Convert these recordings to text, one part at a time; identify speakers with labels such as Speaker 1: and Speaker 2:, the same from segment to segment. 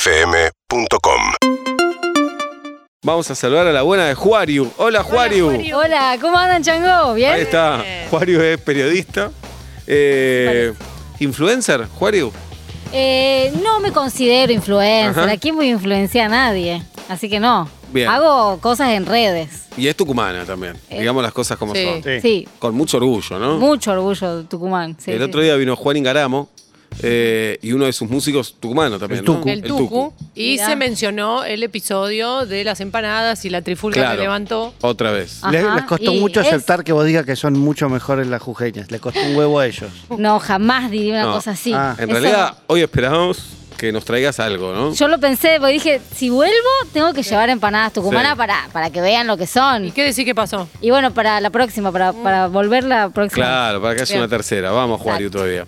Speaker 1: UrbanaPlayFM.com
Speaker 2: Vamos a saludar a la buena de Juariu. Hola, Juariu.
Speaker 3: Juariu.
Speaker 4: Hola, ¿cómo andan, Chango? ¿Bien?
Speaker 2: Ahí está.
Speaker 3: Bien.
Speaker 2: Juariu es periodista. eh, influencer, Juariu.
Speaker 4: Eh, no me considero influencer.
Speaker 2: Ajá.
Speaker 4: Aquí muy influencia a nadie. Así que no.
Speaker 2: Bien.
Speaker 4: Hago cosas en redes.
Speaker 2: Y es tucumana también.
Speaker 4: Eh,
Speaker 2: Digamos las cosas como
Speaker 3: sí.
Speaker 2: son.
Speaker 4: Sí.
Speaker 2: Con mucho orgullo, ¿no?
Speaker 4: Mucho orgullo, Tucumán. Sí,
Speaker 2: El
Speaker 4: sí.
Speaker 2: otro día vino Juan Ingaramo eh, y uno de sus músicos tucumano también.
Speaker 5: El
Speaker 2: ¿no?
Speaker 5: Tucu.
Speaker 3: El tucu. Y
Speaker 4: Mirá.
Speaker 3: se mencionó el episodio de las empanadas y la trifulca
Speaker 2: Claro.
Speaker 3: que levantó.
Speaker 2: Otra vez.
Speaker 4: Ah.
Speaker 5: Le-
Speaker 4: Ajá,
Speaker 5: les costó
Speaker 4: y
Speaker 5: mucho
Speaker 4: es-
Speaker 5: aceptar que vos digas que son mucho mejores las jujeñas. Les costó un huevo a ellos.
Speaker 4: No, jamás diría una
Speaker 2: No.
Speaker 4: cosa así.
Speaker 5: Ah.
Speaker 2: En
Speaker 4: Eso-
Speaker 2: realidad, hoy esperamos que nos traigas algo, ¿no?
Speaker 4: Yo lo pensé, porque dije, si vuelvo, tengo que llevar empanadas tucumanas
Speaker 2: Sí.
Speaker 4: para, para que vean lo que
Speaker 3: ¿Y
Speaker 4: son.
Speaker 3: qué decir que pasó?
Speaker 4: Y bueno, para la próxima, para, para volver la próxima.
Speaker 2: Claro, para que haya
Speaker 3: Bien.
Speaker 2: una tercera. Vamos, Juariu, todavía.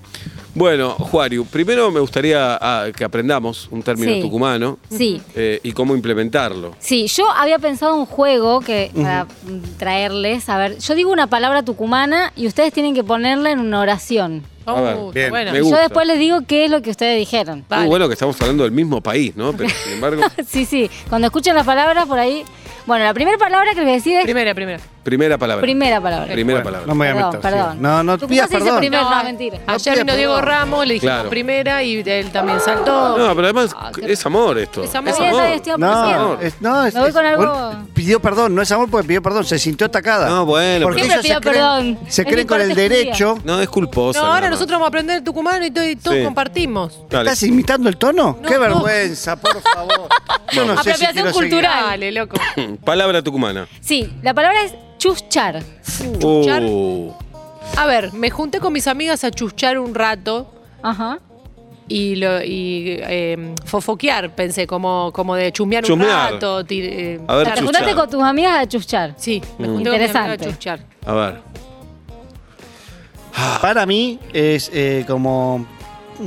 Speaker 2: Bueno, Juariu, primero me gustaría ah, que aprendamos un término
Speaker 4: Sí.
Speaker 2: tucumano
Speaker 4: Sí.
Speaker 2: eh, y cómo implementarlo.
Speaker 4: Sí, yo había pensado un juego que para mm, traerles, a ver, yo digo una palabra tucumana y ustedes tienen que ponerla en una oración.
Speaker 2: A ver,
Speaker 3: está
Speaker 5: bien.
Speaker 3: bueno.
Speaker 2: Me
Speaker 4: Y yo
Speaker 2: gusta.
Speaker 4: después les digo qué es lo que ustedes dijeron.
Speaker 3: Vale.
Speaker 2: Muy bueno que estamos hablando del mismo país, ¿no? Pero sin embargo,
Speaker 4: Sí, sí, cuando escuchen las palabras por ahí. Bueno, la primera palabra que les voy a decir es
Speaker 3: Primera, primera.
Speaker 2: primera palabra.
Speaker 4: primera palabra.
Speaker 2: Primera
Speaker 5: Bueno,
Speaker 2: palabra.
Speaker 5: No me voy a
Speaker 4: Perdón,
Speaker 5: meter.
Speaker 4: perdón.
Speaker 5: sí. No, no
Speaker 4: Tucumán
Speaker 5: pidas
Speaker 4: se dice
Speaker 5: perdón.
Speaker 4: primero. No, no, mentira.
Speaker 3: Ayer
Speaker 5: No,
Speaker 3: vino Diego
Speaker 5: perdón.
Speaker 3: Ramos, le dijimos
Speaker 2: Claro.
Speaker 3: primera y él también saltó.
Speaker 2: No, pero además
Speaker 3: Ah, qué-
Speaker 2: es amor esto.
Speaker 3: Es amor.
Speaker 4: Está bien, está bien, estoy
Speaker 5: No,
Speaker 4: apreciando.
Speaker 5: es, no, es-
Speaker 4: Me voy
Speaker 5: es-
Speaker 4: con algo-
Speaker 5: bueno, pidió perdón, no es amor porque pidió perdón, se sintió atacada.
Speaker 2: No, bueno,
Speaker 5: porque
Speaker 4: pero-
Speaker 5: ellos se
Speaker 4: Siempre pido
Speaker 5: creen,
Speaker 4: perdón,
Speaker 5: se
Speaker 4: es
Speaker 5: creen
Speaker 4: mi
Speaker 5: con el
Speaker 4: parte judía.
Speaker 5: derecho.
Speaker 2: No, es culposa.
Speaker 3: No,
Speaker 2: nada
Speaker 3: ahora
Speaker 2: más.
Speaker 3: nosotros vamos a aprender el tucumano y todo- y todos
Speaker 2: Sí.
Speaker 3: compartimos.
Speaker 2: Dale.
Speaker 5: ¿Estás imitando el tono?
Speaker 3: No,
Speaker 5: ¡Qué
Speaker 3: no.
Speaker 5: vergüenza, por favor! Yo no sé si
Speaker 4: Apropiación
Speaker 5: quiero seguir.
Speaker 4: cultural.
Speaker 3: Dale, loco.
Speaker 2: Mm, Palabra tucumana.
Speaker 4: Sí, la palabra es chuchar.
Speaker 3: Chuchar.
Speaker 2: Uh,
Speaker 3: A ver, me junté con mis amigas a chuchar un rato
Speaker 4: Ajá.
Speaker 3: y, lo, y eh, fofoquear, pensé, como, como de chusmear
Speaker 2: Chusmear.
Speaker 3: un rato. tir- eh,
Speaker 2: A ver,
Speaker 3: tar-
Speaker 4: Te
Speaker 2: chuchar.
Speaker 4: juntaste con tus amigas a chuchar.
Speaker 3: Sí, me junté con mis amigas
Speaker 4: Interesante.
Speaker 3: a chuchar.
Speaker 2: a ver.
Speaker 5: Para mí es eh, como. un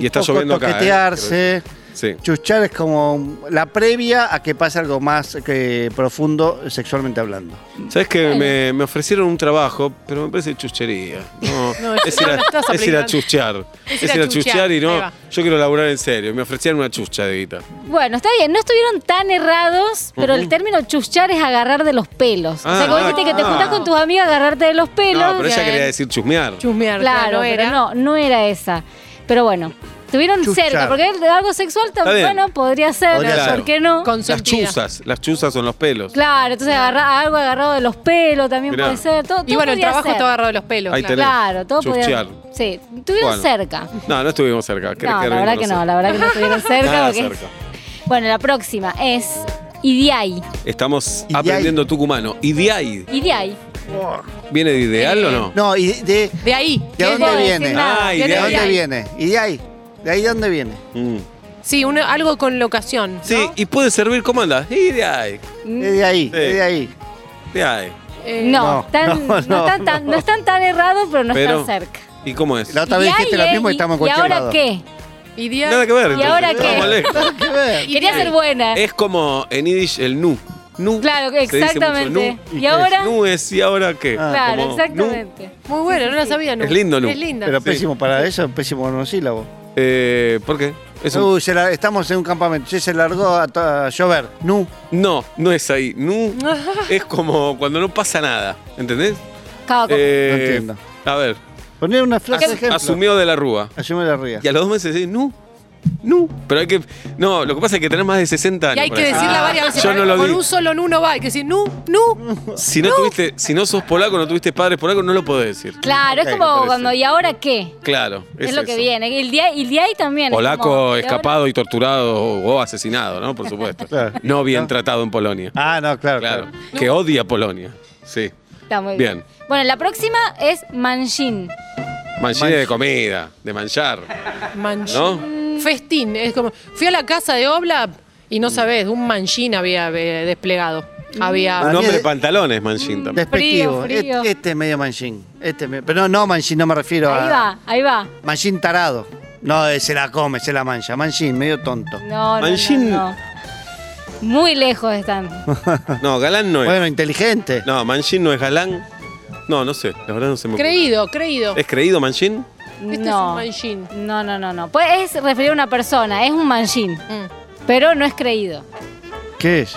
Speaker 2: Y está
Speaker 5: poco
Speaker 2: lloviendo acá, ¿eh?
Speaker 5: Toquetearse.
Speaker 2: Sí.
Speaker 5: Chuchar es como la previa a que pase algo más eh, que profundo sexualmente hablando.
Speaker 2: Sabes que me, me ofrecieron un trabajo, pero me parece chuchería. No,
Speaker 3: No,
Speaker 2: es, ir a,
Speaker 3: no estás
Speaker 2: es ir a
Speaker 3: aplicando.
Speaker 2: chuchar. Es, ir a chuchar y
Speaker 3: ahí
Speaker 2: no.
Speaker 3: va.
Speaker 2: Yo quiero laburar en serio. Me ofrecieron una chucha de guita.
Speaker 4: Bueno, está bien, no estuvieron tan errados, pero el término chuchar es agarrar de los pelos. o
Speaker 2: Ah,
Speaker 4: sea, como
Speaker 2: ah,
Speaker 4: dijiste que te
Speaker 2: ah.
Speaker 4: juntas con tus amigos a agarrarte de los pelos.
Speaker 2: No, pero ella
Speaker 3: bien.
Speaker 2: quería
Speaker 4: eh.
Speaker 2: decir chusmear.
Speaker 3: Chusmear,
Speaker 4: Claro,
Speaker 3: claro, era.
Speaker 4: pero no, no era esa. Pero bueno, estuvieron
Speaker 5: Chuchar.
Speaker 4: cerca, porque de algo sexual
Speaker 2: Está bien.
Speaker 4: también, bueno, podría ser,
Speaker 5: Podría
Speaker 4: ¿por
Speaker 2: ser.
Speaker 4: qué no?
Speaker 2: Las
Speaker 3: Consentida.
Speaker 2: chuzas. Las chuzas son los pelos.
Speaker 4: Claro, entonces agarra- algo agarrado de los pelos también
Speaker 2: Mirá.
Speaker 4: puede ser. Todo,
Speaker 3: Y
Speaker 4: todo
Speaker 3: bueno, el
Speaker 4: podía
Speaker 3: trabajo
Speaker 4: ser.
Speaker 3: está agarrado de los pelos.
Speaker 2: Ahí
Speaker 3: claro.
Speaker 2: tenés.
Speaker 4: Claro, todo podía
Speaker 2: Chuchar.
Speaker 4: Sí, estuvieron
Speaker 2: Bueno.
Speaker 4: cerca.
Speaker 2: No, no estuvimos cerca. Creo
Speaker 4: No,
Speaker 2: que
Speaker 4: la verdad que no, la verdad que no estuvieron cerca.
Speaker 2: Nada
Speaker 4: porque es-
Speaker 2: cerca.
Speaker 4: Bueno, la próxima es Idiay.
Speaker 2: Estamos
Speaker 5: Idiay.
Speaker 2: aprendiendo tucumano. ¿Y de ahí?
Speaker 4: Idiay.
Speaker 2: ¿Viene de ideal o no?
Speaker 5: No, y de,
Speaker 3: De ahí.
Speaker 5: ¿De dónde
Speaker 4: puedo
Speaker 5: viene?
Speaker 4: decir nada.
Speaker 2: Ah,
Speaker 3: Viene
Speaker 5: ¿de
Speaker 2: ideal.
Speaker 5: dónde
Speaker 3: ahí.
Speaker 5: viene? ¿Y de ahí? ¿De ahí de dónde viene?
Speaker 2: Mm.
Speaker 3: Sí, una- algo con locación.
Speaker 2: Sí, y puede servir. ¿Cómo andás? Y de ahí.
Speaker 4: Mm.
Speaker 5: Es de ahí,
Speaker 2: Sí.
Speaker 5: es de ahí.
Speaker 2: De ahí.
Speaker 3: Eh,
Speaker 4: No,
Speaker 5: No,
Speaker 4: tan-
Speaker 5: no,
Speaker 4: no,
Speaker 5: no,
Speaker 4: están tan,
Speaker 5: no.
Speaker 4: no están tan errados, pero no
Speaker 2: Pero-
Speaker 4: están cerca.
Speaker 2: ¿Y cómo es?
Speaker 5: La otra vez
Speaker 4: Y
Speaker 5: dijiste lo
Speaker 4: ahí,
Speaker 5: mismo y estamos en
Speaker 4: ¿Y
Speaker 5: cualquier
Speaker 4: ahora
Speaker 5: lado.
Speaker 4: qué?
Speaker 3: Y de ahí-
Speaker 2: Nada que ver. entonces.
Speaker 4: ahora qué?
Speaker 2: Estamos lejos.
Speaker 5: Nada que ver.
Speaker 4: Quería ser buena.
Speaker 2: Es como en Yiddish el nu. Nu.
Speaker 4: Claro,
Speaker 2: se dice
Speaker 4: exactamente.
Speaker 2: mucho,
Speaker 5: ¿Y
Speaker 4: ¿Y,
Speaker 5: qué es?
Speaker 4: ahora?
Speaker 2: nu. Nu es y ahora qué.
Speaker 5: Ah.
Speaker 4: claro,
Speaker 2: Como
Speaker 4: exactamente.
Speaker 3: Muy bueno, no la sabía nunca.
Speaker 2: Es lindo, ¿no?
Speaker 3: Es linda.
Speaker 5: Pero
Speaker 2: Sí.
Speaker 5: pésimo para eso, pésimo monosílabo.
Speaker 2: nu. Eh, ¿Por qué? Es un-
Speaker 5: Uy, se la- estamos en un campamento. Sí, se largó a, to- a llover. Nu.
Speaker 2: no, no es ahí. Nu es como cuando no pasa nada. ¿Entendés?
Speaker 4: Cabo, cabo.
Speaker 2: Eh,
Speaker 5: No entiendo.
Speaker 2: A ver.
Speaker 5: Poner una frase
Speaker 2: as-
Speaker 5: de ejemplo.
Speaker 2: asumió de la rúa.
Speaker 5: Asume la ría.
Speaker 2: Y a los dos meses decís nu. Nu. Pero hay que. No, lo que pasa es que tenés más de 60 años.
Speaker 3: Y hay
Speaker 2: para
Speaker 3: que
Speaker 2: decir.
Speaker 4: Ah,
Speaker 3: decirla varias veces.
Speaker 2: Yo
Speaker 3: porque
Speaker 2: no lo
Speaker 3: con
Speaker 2: di.
Speaker 3: un solo nu no va. Hay que decir nu, nu.
Speaker 2: Si no, tuviste, si no sos polaco, no tuviste padres polacos, no lo podés decir.
Speaker 4: claro,
Speaker 5: ok,
Speaker 4: es
Speaker 2: me parece.
Speaker 4: como cuando, ¿y ahora qué?
Speaker 2: Claro.
Speaker 4: Es, lo que
Speaker 2: eso.
Speaker 4: viene. Y el día, y el día ahí también. es como,
Speaker 2: Polaco
Speaker 4: ¿y ahora?
Speaker 2: escapado y torturado o, o asesinado, ¿no? Por supuesto.
Speaker 5: Claro.
Speaker 2: No bien
Speaker 5: No.
Speaker 2: tratado en Polonia.
Speaker 5: Ah, no, claro,
Speaker 2: claro.
Speaker 5: claro.
Speaker 2: Que odia Polonia. Sí.
Speaker 4: Está muy
Speaker 2: Bien.
Speaker 4: bien. Bueno, la próxima es Manchin.
Speaker 2: Manchine de comida, de manchar.
Speaker 4: Ah,
Speaker 3: Manchín.
Speaker 2: ¿No?
Speaker 3: Festín. Es como. Fui a la casa de Obla y no sabés, un manchín había eh, desplegado. Había.
Speaker 5: Ah, Mm,
Speaker 2: Un
Speaker 5: mí
Speaker 2: hombre de
Speaker 5: es-
Speaker 2: pantalones, manchín también.
Speaker 5: Despectivo.
Speaker 4: Frío, frío.
Speaker 5: Este, este es medio manchín. Este es medio- pero no, no manchín, no me refiero a.
Speaker 4: Ahí va, ahí va.
Speaker 5: Manchín tarado. No, eh, se la come, se la mancha. Manchín, medio tonto.
Speaker 4: No, no,
Speaker 2: Manchin.
Speaker 4: no, no. Muy lejos están.
Speaker 2: No, galán no es.
Speaker 5: Bueno, inteligente.
Speaker 2: No, manchín no es galán. No, no sé. La verdad no se me ocurre.
Speaker 3: Creído, creído.
Speaker 2: ¿Es creído manchín?
Speaker 3: Este es
Speaker 4: no.
Speaker 3: un manchín.
Speaker 4: No, no, no, no. Pues es referir a una persona, es un manchín,
Speaker 3: Mm.
Speaker 4: pero no es creído.
Speaker 5: ¿Qué es?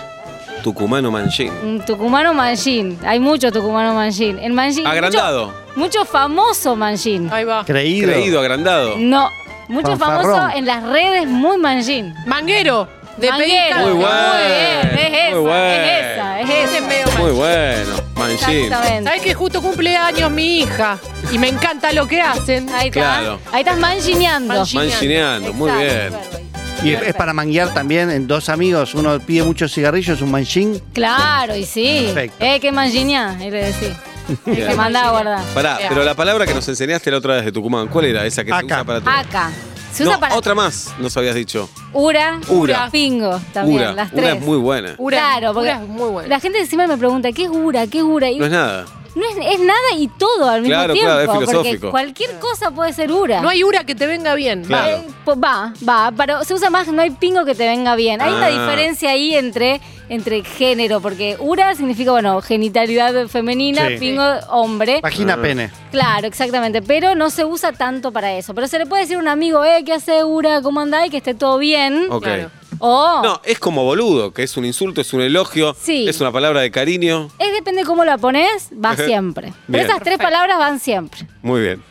Speaker 2: Tucumano Manchín.
Speaker 4: Un tucumano manchín, hay mucho tucumano manchín. El manchín.
Speaker 2: Agrandado.
Speaker 4: Mucho, mucho famoso manchín.
Speaker 3: Ahí va.
Speaker 5: Creído.
Speaker 2: Ah, Creído, agrandado.
Speaker 4: No, mucho
Speaker 5: Fanfarrón.
Speaker 4: famoso en las redes, muy manchín.
Speaker 3: Manguero. De
Speaker 4: Manguero.
Speaker 3: Pellica.
Speaker 2: Muy bueno.
Speaker 4: Muy bien, es
Speaker 2: Muy
Speaker 4: esa,
Speaker 2: bueno.
Speaker 4: es esa, es
Speaker 3: Ese es
Speaker 4: esa.
Speaker 3: medio
Speaker 2: Muy
Speaker 3: manchín.
Speaker 2: bueno, Manchín.
Speaker 4: Exactamente.
Speaker 3: ¿Sabes que justo cumple años mi hija? Y me encanta lo que hacen.
Speaker 4: Ahí está.
Speaker 2: Claro.
Speaker 4: Ahí estás manchineando.
Speaker 3: Manchineando.
Speaker 2: Manchineando, muy bien.
Speaker 4: Exacto, bárbaro.
Speaker 5: Y es, es para manguear también en dos amigos. Uno pide muchos cigarrillos, un manchín.
Speaker 4: Claro, y sí.
Speaker 5: Perfecto.
Speaker 4: Eh, qué manchineá, y le decís. El
Speaker 2: Bien.
Speaker 4: que mandaba a guardar.
Speaker 2: Pará, pero la palabra que nos enseñaste la otra vez de Tucumán, ¿cuál era esa que se
Speaker 5: Acá.
Speaker 2: usa para tu-
Speaker 4: Acá. Se usa
Speaker 2: No,
Speaker 4: para
Speaker 2: otra más nos habías dicho.
Speaker 4: Ura,
Speaker 2: Ura.
Speaker 4: Pingo también,
Speaker 2: Ura.
Speaker 4: las tres.
Speaker 2: Ura es muy buena.
Speaker 3: Ura,
Speaker 4: Claro, porque
Speaker 3: Ura es muy buena.
Speaker 4: la gente siempre me pregunta, ¿qué es Ura? ¿Qué es Ura? Y
Speaker 2: No es nada.
Speaker 4: no es, es nada y todo al mismo
Speaker 2: Claro,
Speaker 4: tiempo.
Speaker 2: claro, es filosófico.
Speaker 4: porque cualquier cosa puede ser Ura.
Speaker 3: No hay Ura que te venga bien.
Speaker 2: Claro.
Speaker 4: Eh, pues va, va, pero se usa más, no hay pingo que te venga bien. Hay una
Speaker 2: Ah.
Speaker 4: diferencia ahí entre, entre género, porque ura significa, bueno, genitalidad femenina,
Speaker 5: Sí.
Speaker 4: pingo hombre.
Speaker 5: Vagina
Speaker 2: Ah.
Speaker 5: pene.
Speaker 4: Claro, exactamente, pero no se usa tanto para eso. Pero se le puede decir a un amigo, eh, ¿qué hace ura? ¿Cómo andás? Y que esté todo bien.
Speaker 2: Ok.
Speaker 3: Claro.
Speaker 4: O
Speaker 2: No, es como boludo, que es un insulto, es un elogio,
Speaker 4: Sí.
Speaker 2: es una palabra de cariño.
Speaker 4: es depende cómo la pones, va
Speaker 2: Ejé.
Speaker 4: siempre.
Speaker 2: Bien.
Speaker 4: Pero esas tres palabras van siempre.
Speaker 2: Muy bien.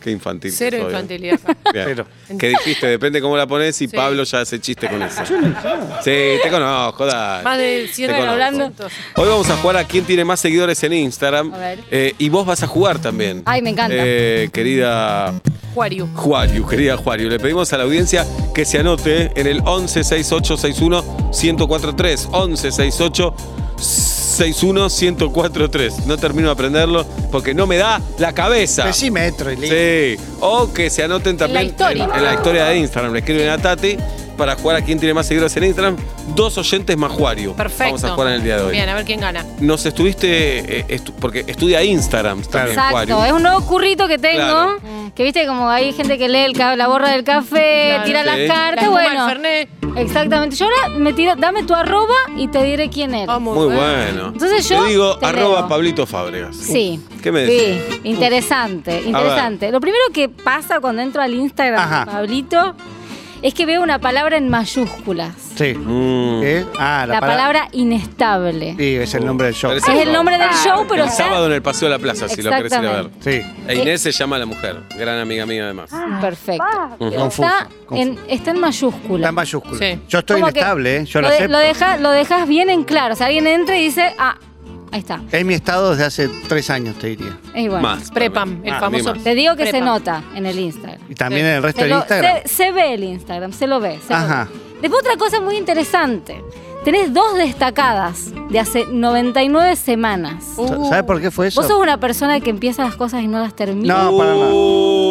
Speaker 2: Qué infantil. que
Speaker 3: Cero
Speaker 2: soy, ¿eh?
Speaker 3: infantilidad.
Speaker 2: Bien.
Speaker 5: Pero-
Speaker 2: ¿Qué dijiste? Depende cómo la pones y
Speaker 3: Sí.
Speaker 2: Pablo ya hace chiste con eso. Sí, te conozco, dale.
Speaker 3: Más de 100
Speaker 2: Te conozco.
Speaker 3: hablando.
Speaker 2: Hoy vamos a jugar a quién tiene más seguidores en Instagram.
Speaker 4: A ver.
Speaker 2: Eh, y vos vas a jugar también.
Speaker 4: Ay, me encanta.
Speaker 2: Eh, querida
Speaker 3: Acuario.
Speaker 2: Juario, querida Juario, le pedimos a la audiencia que se anote en el 11 68 61 1043. 11 68 61 1043. No termino de aprenderlo porque no me da la cabeza.
Speaker 5: Decime, metro y listo.
Speaker 2: Sí. O que se anoten también
Speaker 3: historia.
Speaker 2: en la historia de Instagram. Le escriben a Tati para jugar a quien tiene más seguidores en Instagram. Dos oyentes más Juario.
Speaker 3: Perfecto.
Speaker 2: Vamos a jugar en el día de hoy.
Speaker 3: Bien, a ver quién gana.
Speaker 2: Nos estuviste, eh, estu- porque estudia Instagram también,
Speaker 4: Exacto,
Speaker 2: Juario.
Speaker 4: es un nuevo currito que tengo,
Speaker 2: Claro.
Speaker 4: que viste como hay gente que lee el ca- la borra del café,
Speaker 3: Claro.
Speaker 4: tira
Speaker 2: Sí.
Speaker 4: las
Speaker 3: La
Speaker 4: cartas,
Speaker 3: espuma
Speaker 4: Ah, bueno.
Speaker 3: del Fernet.
Speaker 4: Exactamente, yo ahora me tiro, dame tu arroba y te diré quién eres.
Speaker 3: Ah,
Speaker 2: Muy bueno.
Speaker 4: Entonces
Speaker 2: Te
Speaker 4: yo
Speaker 2: digo
Speaker 4: te
Speaker 2: arroba
Speaker 4: leo.
Speaker 2: Pablito Fábregas.
Speaker 4: Sí.
Speaker 2: ¿Qué me decís?
Speaker 4: Sí, interesante, interesante. Lo primero que pasa cuando entro al Instagram,
Speaker 5: Ajá.
Speaker 4: Pablito, es que veo una palabra en mayúsculas.
Speaker 5: Sí.
Speaker 2: Mm.
Speaker 5: ¿Qué? Ah,
Speaker 4: La, palabra inestable.
Speaker 5: Sí, es el nombre del show.
Speaker 2: Parece-
Speaker 4: Es el nombre del
Speaker 3: Ah.
Speaker 4: show, pero
Speaker 2: el
Speaker 4: está-
Speaker 2: sábado en el Paseo de la Plaza, si lo querés ir a ver.
Speaker 4: Exactamente. Ah,
Speaker 5: Sí.
Speaker 2: E Inés se llama la mujer, gran amiga mía además.
Speaker 4: Perfecto.
Speaker 2: Ujú.
Speaker 5: Confuso,
Speaker 4: Está,
Speaker 5: confuso.
Speaker 4: En, está en mayúsculas.
Speaker 5: Está en mayúscula.
Speaker 3: Sí.
Speaker 5: Yo estoy
Speaker 4: Como
Speaker 5: inestable,
Speaker 4: que
Speaker 5: ¿eh? Yo lo,
Speaker 4: de-
Speaker 5: acepto.
Speaker 4: deja- lo dejas bien en claro. O sea, alguien entra y dice, ah, ahí está.
Speaker 5: Es mi estado desde hace tres años, te diría.
Speaker 4: Es igual.
Speaker 2: Más.
Speaker 3: Prepam, el
Speaker 2: Ah,
Speaker 3: famoso.
Speaker 2: ni más.
Speaker 4: Te digo que se
Speaker 3: Prepa.
Speaker 4: nota en el Instagram.
Speaker 5: Y también
Speaker 3: Sí.
Speaker 5: en ¿Este el resto
Speaker 4: Se,
Speaker 5: de
Speaker 4: lo-
Speaker 5: Instagram.
Speaker 4: se- se ve el Instagram, se lo ve. se lo
Speaker 5: Ajá.
Speaker 4: ve. Después otra cosa muy interesante. Tenés dos destacadas de hace 99 semanas.
Speaker 3: Uh,
Speaker 5: Sa- ¿Sabes por qué fue eso?
Speaker 4: Vos sos una persona que empieza las cosas y no las termina.
Speaker 5: No, para nada.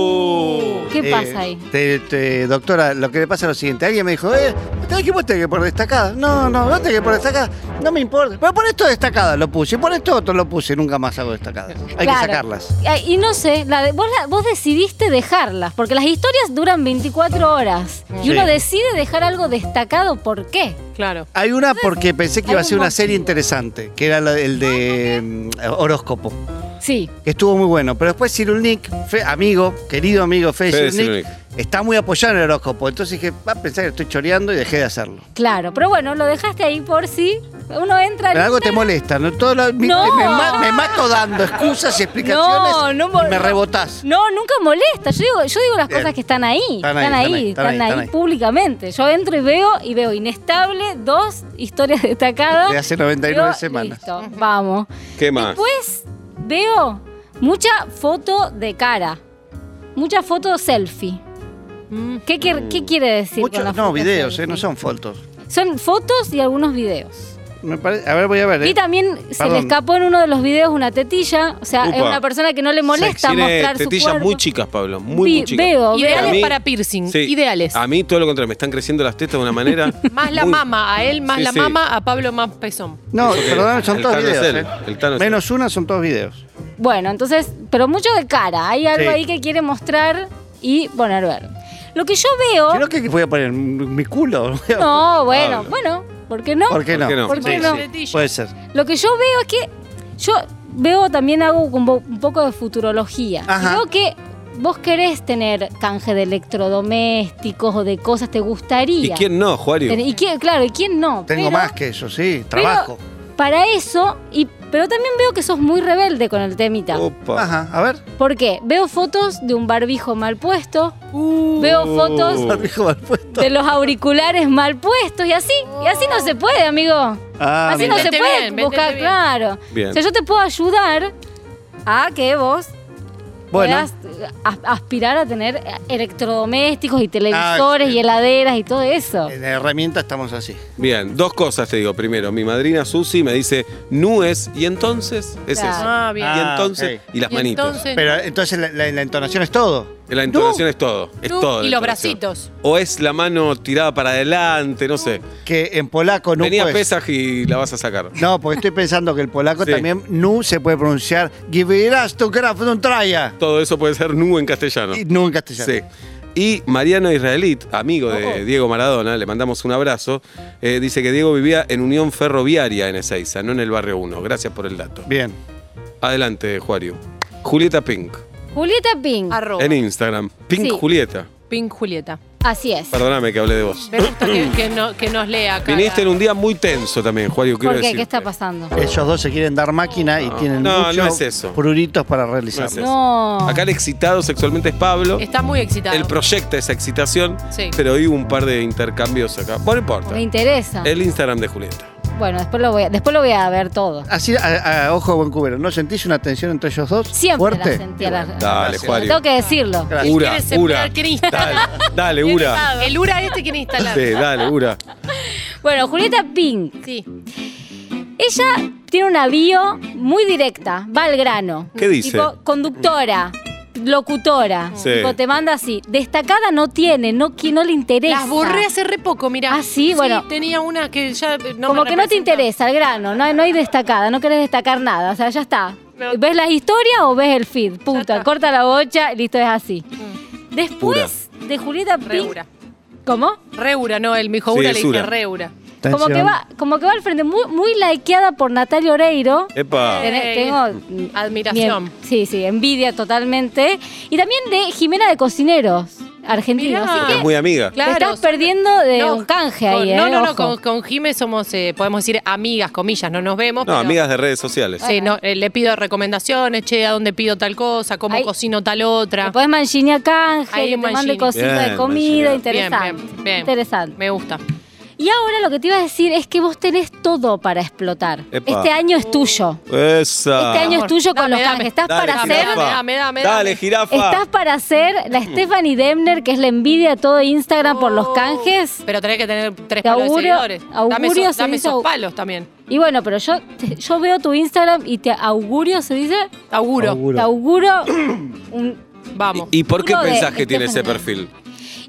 Speaker 2: Uh.
Speaker 4: ¿Qué
Speaker 5: Eh,
Speaker 4: pasa ahí?
Speaker 5: te- te- doctora, lo que le pasa es lo siguiente. Alguien me dijo, eh, ¿tenés que vos tenés que por destacada? No, no, no tenés que por destacada. No me importa. Pero por esto destacada lo puse, por esto otro lo puse. Nunca más hago destacadas. Hay que
Speaker 4: Claro.
Speaker 5: sacarlas.
Speaker 4: Ay, Y no sé, la de- vos, la- vos decidiste dejarlas, porque las historias duran 24 horas. Y
Speaker 5: Sí.
Speaker 4: uno decide dejar algo destacado, ¿por qué?
Speaker 3: Claro.
Speaker 5: Hay una porque pensé que iba a
Speaker 4: Hay un Ah,
Speaker 5: ser una
Speaker 4: motivo.
Speaker 5: serie interesante, que era la- el de mm, horóscopo.
Speaker 4: Sí.
Speaker 5: que estuvo muy bueno. Pero después Cirulnik, Fe- amigo, querido amigo Fede,
Speaker 2: Fede
Speaker 5: Cirulnik, está muy apoyado en el horóscopo. Entonces dije, va a pensar que estoy choreando y dejé de hacerlo.
Speaker 4: Claro, pero bueno, lo dejaste ahí por si uno entra. al
Speaker 5: Pero algo te
Speaker 4: Instagram-
Speaker 5: molesta, ¿no? Todo lo- mi-
Speaker 4: No.
Speaker 5: me, ma- me mato dando excusas y explicaciones
Speaker 4: No, no mo-
Speaker 5: y me
Speaker 4: no.
Speaker 5: rebotás.
Speaker 4: No, nunca molesta. Yo digo, yo digo las
Speaker 5: Bien.
Speaker 4: cosas que están ahí. Están ahí, están ahí,
Speaker 5: están ahí.
Speaker 4: públicamente. Yo entro y veo, y veo inestable, dos historias destacadas.
Speaker 5: De hace 99
Speaker 4: Digo,
Speaker 5: semanas.
Speaker 4: Listo, vamos.
Speaker 2: ¿Qué
Speaker 5: Ah.
Speaker 2: más?
Speaker 4: Después veo mucha foto de cara. Mucha foto selfie. ¿Qué, quier- qué quiere decir? con la
Speaker 5: Muchos, Mm. no,
Speaker 4: foto
Speaker 5: videos, eh,
Speaker 4: selfie?
Speaker 5: no son fotos.
Speaker 4: Son fotos y algunos videos.
Speaker 5: Me pare- a ver, voy a ver. eh.
Speaker 4: Y también se
Speaker 5: Perdón.
Speaker 4: le escapó en uno de los videos una tetilla. O sea, es
Speaker 2: Upa.
Speaker 4: una persona que no le molesta
Speaker 2: Tiene
Speaker 4: mostrar su
Speaker 2: tetillas
Speaker 4: cuerpo.
Speaker 2: muy chicas, Pablo, muy,
Speaker 4: Vi-
Speaker 2: muy chicas.
Speaker 4: Veo,
Speaker 3: Ideales
Speaker 2: A mí-
Speaker 3: para piercing.
Speaker 2: Sí.
Speaker 3: Ideales.
Speaker 2: A mí todo lo contrario, me están creciendo las tetas de una manera.
Speaker 3: Más la
Speaker 2: muy-
Speaker 3: mama a él, más
Speaker 2: Sí,
Speaker 3: la
Speaker 2: sí.
Speaker 3: mama a Pablo, más pezón.
Speaker 5: No,
Speaker 2: Eso que
Speaker 5: perdón, son
Speaker 2: el
Speaker 5: todos
Speaker 2: Tano es
Speaker 5: videos.
Speaker 2: él,
Speaker 5: eh.
Speaker 2: el Tano es
Speaker 5: Menos una son todos videos.
Speaker 4: Bueno, entonces, pero mucho de cara. Hay algo
Speaker 5: Sí.
Speaker 4: ahí que quiere mostrar y poner ver. Lo que yo veo.
Speaker 5: Creo que voy a poner mi mi culo.
Speaker 4: No, bueno,
Speaker 2: Pablo.
Speaker 4: bueno, ¿por qué no?
Speaker 5: ¿Por qué no?
Speaker 2: ¿Por qué no?
Speaker 4: ¿Por qué no?
Speaker 5: Puede ser.
Speaker 4: Lo que yo veo es que yo veo también hago como un poco de futurología.
Speaker 5: Ajá.
Speaker 4: Y Veo que vos querés tener canje de electrodomésticos o de cosas, te gustaría.
Speaker 2: ¿Y quién no, Juario?
Speaker 4: Ten- y quién- claro, ¿y quién no?
Speaker 5: Tengo
Speaker 4: Pero-
Speaker 5: más que eso, sí.
Speaker 4: pero
Speaker 5: Trabajo.
Speaker 4: Para eso, y, pero también veo que sos muy rebelde con el temita.
Speaker 2: Opa.
Speaker 5: Ajá, a ver.
Speaker 4: ¿Por qué? Veo fotos de un barbijo mal puesto, veo
Speaker 2: Oh.
Speaker 4: fotos
Speaker 5: Barbijo mal puesto.
Speaker 4: de los auriculares mal puestos y así, y así no se puede, amigo.
Speaker 5: Ah,
Speaker 4: Así
Speaker 5: mira.
Speaker 4: no se
Speaker 3: Vendete
Speaker 4: puede
Speaker 3: bien, vendete
Speaker 4: buscar,
Speaker 3: bien.
Speaker 4: claro.
Speaker 2: Bien.
Speaker 4: O sea, yo te puedo ayudar a que vos
Speaker 5: Bueno.
Speaker 4: puedas eh, as- aspirar a tener eh, electrodomésticos y televisores
Speaker 2: Ah,
Speaker 5: sí.
Speaker 4: y heladeras y todo eso.
Speaker 2: Eh.
Speaker 5: En herramientas estamos así.
Speaker 2: Bien, dos cosas te digo. Primero, mi madrina Susi me dice nuez y entonces es
Speaker 4: Claro.
Speaker 2: eso.
Speaker 3: Ah, bien.
Speaker 2: Y
Speaker 5: Ah,
Speaker 2: entonces,
Speaker 5: ok.
Speaker 2: y las
Speaker 3: Y
Speaker 2: manitos.
Speaker 3: entonces-
Speaker 5: Pero entonces la, la- la entonación es todo.
Speaker 2: la entonación es todo. Es
Speaker 3: tú
Speaker 2: todo.
Speaker 3: y
Speaker 2: la
Speaker 3: los
Speaker 2: entonación.
Speaker 3: bracitos.
Speaker 2: O es la mano tirada para adelante, no sé.
Speaker 5: Que en polaco no
Speaker 2: Venía
Speaker 5: puedes-
Speaker 2: pesaj y la vas a sacar.
Speaker 5: No, porque estoy pensando que el polaco
Speaker 2: Sí.
Speaker 5: también nu se puede pronunciar Giviras tu graf un traya.
Speaker 2: Todo eso puede ser nu en castellano.
Speaker 5: Y nu en castellano.
Speaker 2: Sí. Y Mariano Israelit, amigo de
Speaker 4: Oh.
Speaker 2: Diego Maradona, le mandamos un abrazo, eh, dice que Diego vivía en Unión Ferroviaria en Ezeiza, no en el barrio 1. Gracias por el dato.
Speaker 5: Bien.
Speaker 2: Adelante, Juario. Julieta Pink,
Speaker 4: Julieta Pink,
Speaker 3: Arroba.
Speaker 2: en Instagram. Pink
Speaker 4: Sí.
Speaker 2: Julieta.
Speaker 3: Pink Julieta.
Speaker 4: así es.
Speaker 2: Perdóname que hablé de vos.
Speaker 3: Me gusta que, que no- que nos lea acá.
Speaker 2: Viniste en un día muy tenso también, Juario, quiero
Speaker 4: ¿Por qué? ¿Qué
Speaker 2: decirte.
Speaker 4: está pasando?
Speaker 5: Ellos dos se quieren dar máquina y tienen
Speaker 2: No, no
Speaker 5: muchos
Speaker 2: es eso.
Speaker 5: pruritos para
Speaker 2: No es
Speaker 5: realizarlo.
Speaker 2: eso.
Speaker 4: No.
Speaker 2: Acá el excitado sexualmente es Pablo.
Speaker 3: Está muy excitado.
Speaker 2: Él proyecta esa excitación,
Speaker 3: Sí.
Speaker 2: pero hoy hubo un par de intercambios acá. Bueno, no importa.
Speaker 4: Me interesa.
Speaker 2: El Instagram de Julieta.
Speaker 4: Bueno, después lo voy a, después lo voy a ver todo.
Speaker 5: Así, a, a ojo buen cubero, ¿no sentís una tensión entre ellos dos?
Speaker 4: Siempre
Speaker 5: Fuerte.
Speaker 4: la sentí a la-
Speaker 2: Dale,
Speaker 5: Gracias.
Speaker 2: Juario.
Speaker 4: Tengo que decirlo.
Speaker 5: Gracias.
Speaker 2: Ura,
Speaker 3: quiere
Speaker 2: Ura.
Speaker 3: sembrar, quiere instalar.
Speaker 2: Dale, dale, Ura.
Speaker 3: El URA este quiere instalar.
Speaker 2: Sí, dale, Ura.
Speaker 4: Bueno, Julieta Pink.
Speaker 3: Sí.
Speaker 4: Ella tiene una bio muy directa, va al grano.
Speaker 2: ¿Qué dice?
Speaker 4: Tipo, conductora, locutora.
Speaker 2: Sí.
Speaker 4: Tipo, te manda así. Destacada no tiene, no, que no le interesa.
Speaker 3: Las borré hace re poco, mirá.
Speaker 4: Ah, sí, bueno.
Speaker 3: tenía una que ya eh, no
Speaker 4: Como
Speaker 3: me
Speaker 4: que no te
Speaker 3: representa.
Speaker 4: interesa al grano, no hay, no hay destacada, no querés destacar nada, o sea, ya está.
Speaker 3: No.
Speaker 4: ¿Ves la historia o ves el feed?
Speaker 3: está. Mm.
Speaker 4: Punta, corta la bocha, listo, es así. Después de Julieta
Speaker 3: Re
Speaker 4: Pink,
Speaker 3: URA.
Speaker 4: ¿cómo?
Speaker 3: Re URA, no, él me dijo
Speaker 2: Sí,
Speaker 3: URA,
Speaker 2: es
Speaker 3: le dije
Speaker 2: Ura.
Speaker 3: re URA.
Speaker 5: Tensión.
Speaker 4: Como que, va, como que va al frente, muy, muy likeada por Natalia Oreiro.
Speaker 2: Epa.
Speaker 4: Tené-
Speaker 3: Ey.
Speaker 4: Tengo
Speaker 3: Admiración.
Speaker 4: mi- sí, sí, envidia totalmente. Y también de Jimena de Cocineros, argentinos.
Speaker 3: Mirá.
Speaker 4: Así
Speaker 2: Es
Speaker 4: que
Speaker 2: muy amiga.
Speaker 4: te
Speaker 3: Claro,
Speaker 4: estás perdiendo de
Speaker 3: No,
Speaker 4: un canje
Speaker 3: con-
Speaker 4: ahí,
Speaker 3: No,
Speaker 4: ¿eh?
Speaker 3: no, no,
Speaker 4: Ojo.
Speaker 3: con, con Jime somos, eh, podemos decir, amigas, comillas, no nos vemos.
Speaker 2: No,
Speaker 3: pero-
Speaker 2: amigas de redes sociales.
Speaker 3: Sí, no, eh, le pido recomendaciones, che, a dónde pido tal cosa, cómo
Speaker 4: Ahí-
Speaker 3: cocino tal otra.
Speaker 4: Te podés manchinear canje,
Speaker 3: Ahí
Speaker 4: que
Speaker 3: un
Speaker 4: te mande
Speaker 3: manchine.
Speaker 4: cositas
Speaker 2: Bien,
Speaker 4: de comida,
Speaker 2: manchinear.
Speaker 3: Bien,
Speaker 4: interesante.
Speaker 3: bien, bien.
Speaker 4: Interesante.
Speaker 3: Me gusta.
Speaker 4: Y ahora lo que te iba a decir es que vos tenés todo para explotar.
Speaker 2: Epa.
Speaker 4: Este año es tuyo.
Speaker 2: Esa.
Speaker 4: Este año es tuyo
Speaker 3: Dame,
Speaker 4: con los
Speaker 3: dame.
Speaker 4: canjes. Estás
Speaker 2: Dale,
Speaker 4: para
Speaker 2: jirafa.
Speaker 4: hacer
Speaker 3: Dame, dame, dame,
Speaker 2: Dale,
Speaker 3: dame.
Speaker 2: jirafa.
Speaker 4: Estás para hacer
Speaker 2: Mm.
Speaker 4: la Stephanie Demner, que es la envidia a todo Instagram por los
Speaker 3: Oh.
Speaker 4: canjes.
Speaker 3: Pero tenés que tener tres
Speaker 4: Te
Speaker 3: palos
Speaker 4: augurio-
Speaker 3: de seguidores. dame
Speaker 4: augurio
Speaker 3: esos,
Speaker 4: se
Speaker 3: dame
Speaker 4: dice
Speaker 3: esos
Speaker 4: au-
Speaker 3: palos también.
Speaker 4: Y bueno, pero yo, te- yo veo tu Instagram y te augurio, se dice,
Speaker 3: Auguro.
Speaker 5: Auguro.
Speaker 4: te auguro un...
Speaker 3: Vamos.
Speaker 2: ¿Y por qué
Speaker 4: Uno de
Speaker 2: pensás que tiene ese
Speaker 4: Estefan.
Speaker 2: perfil?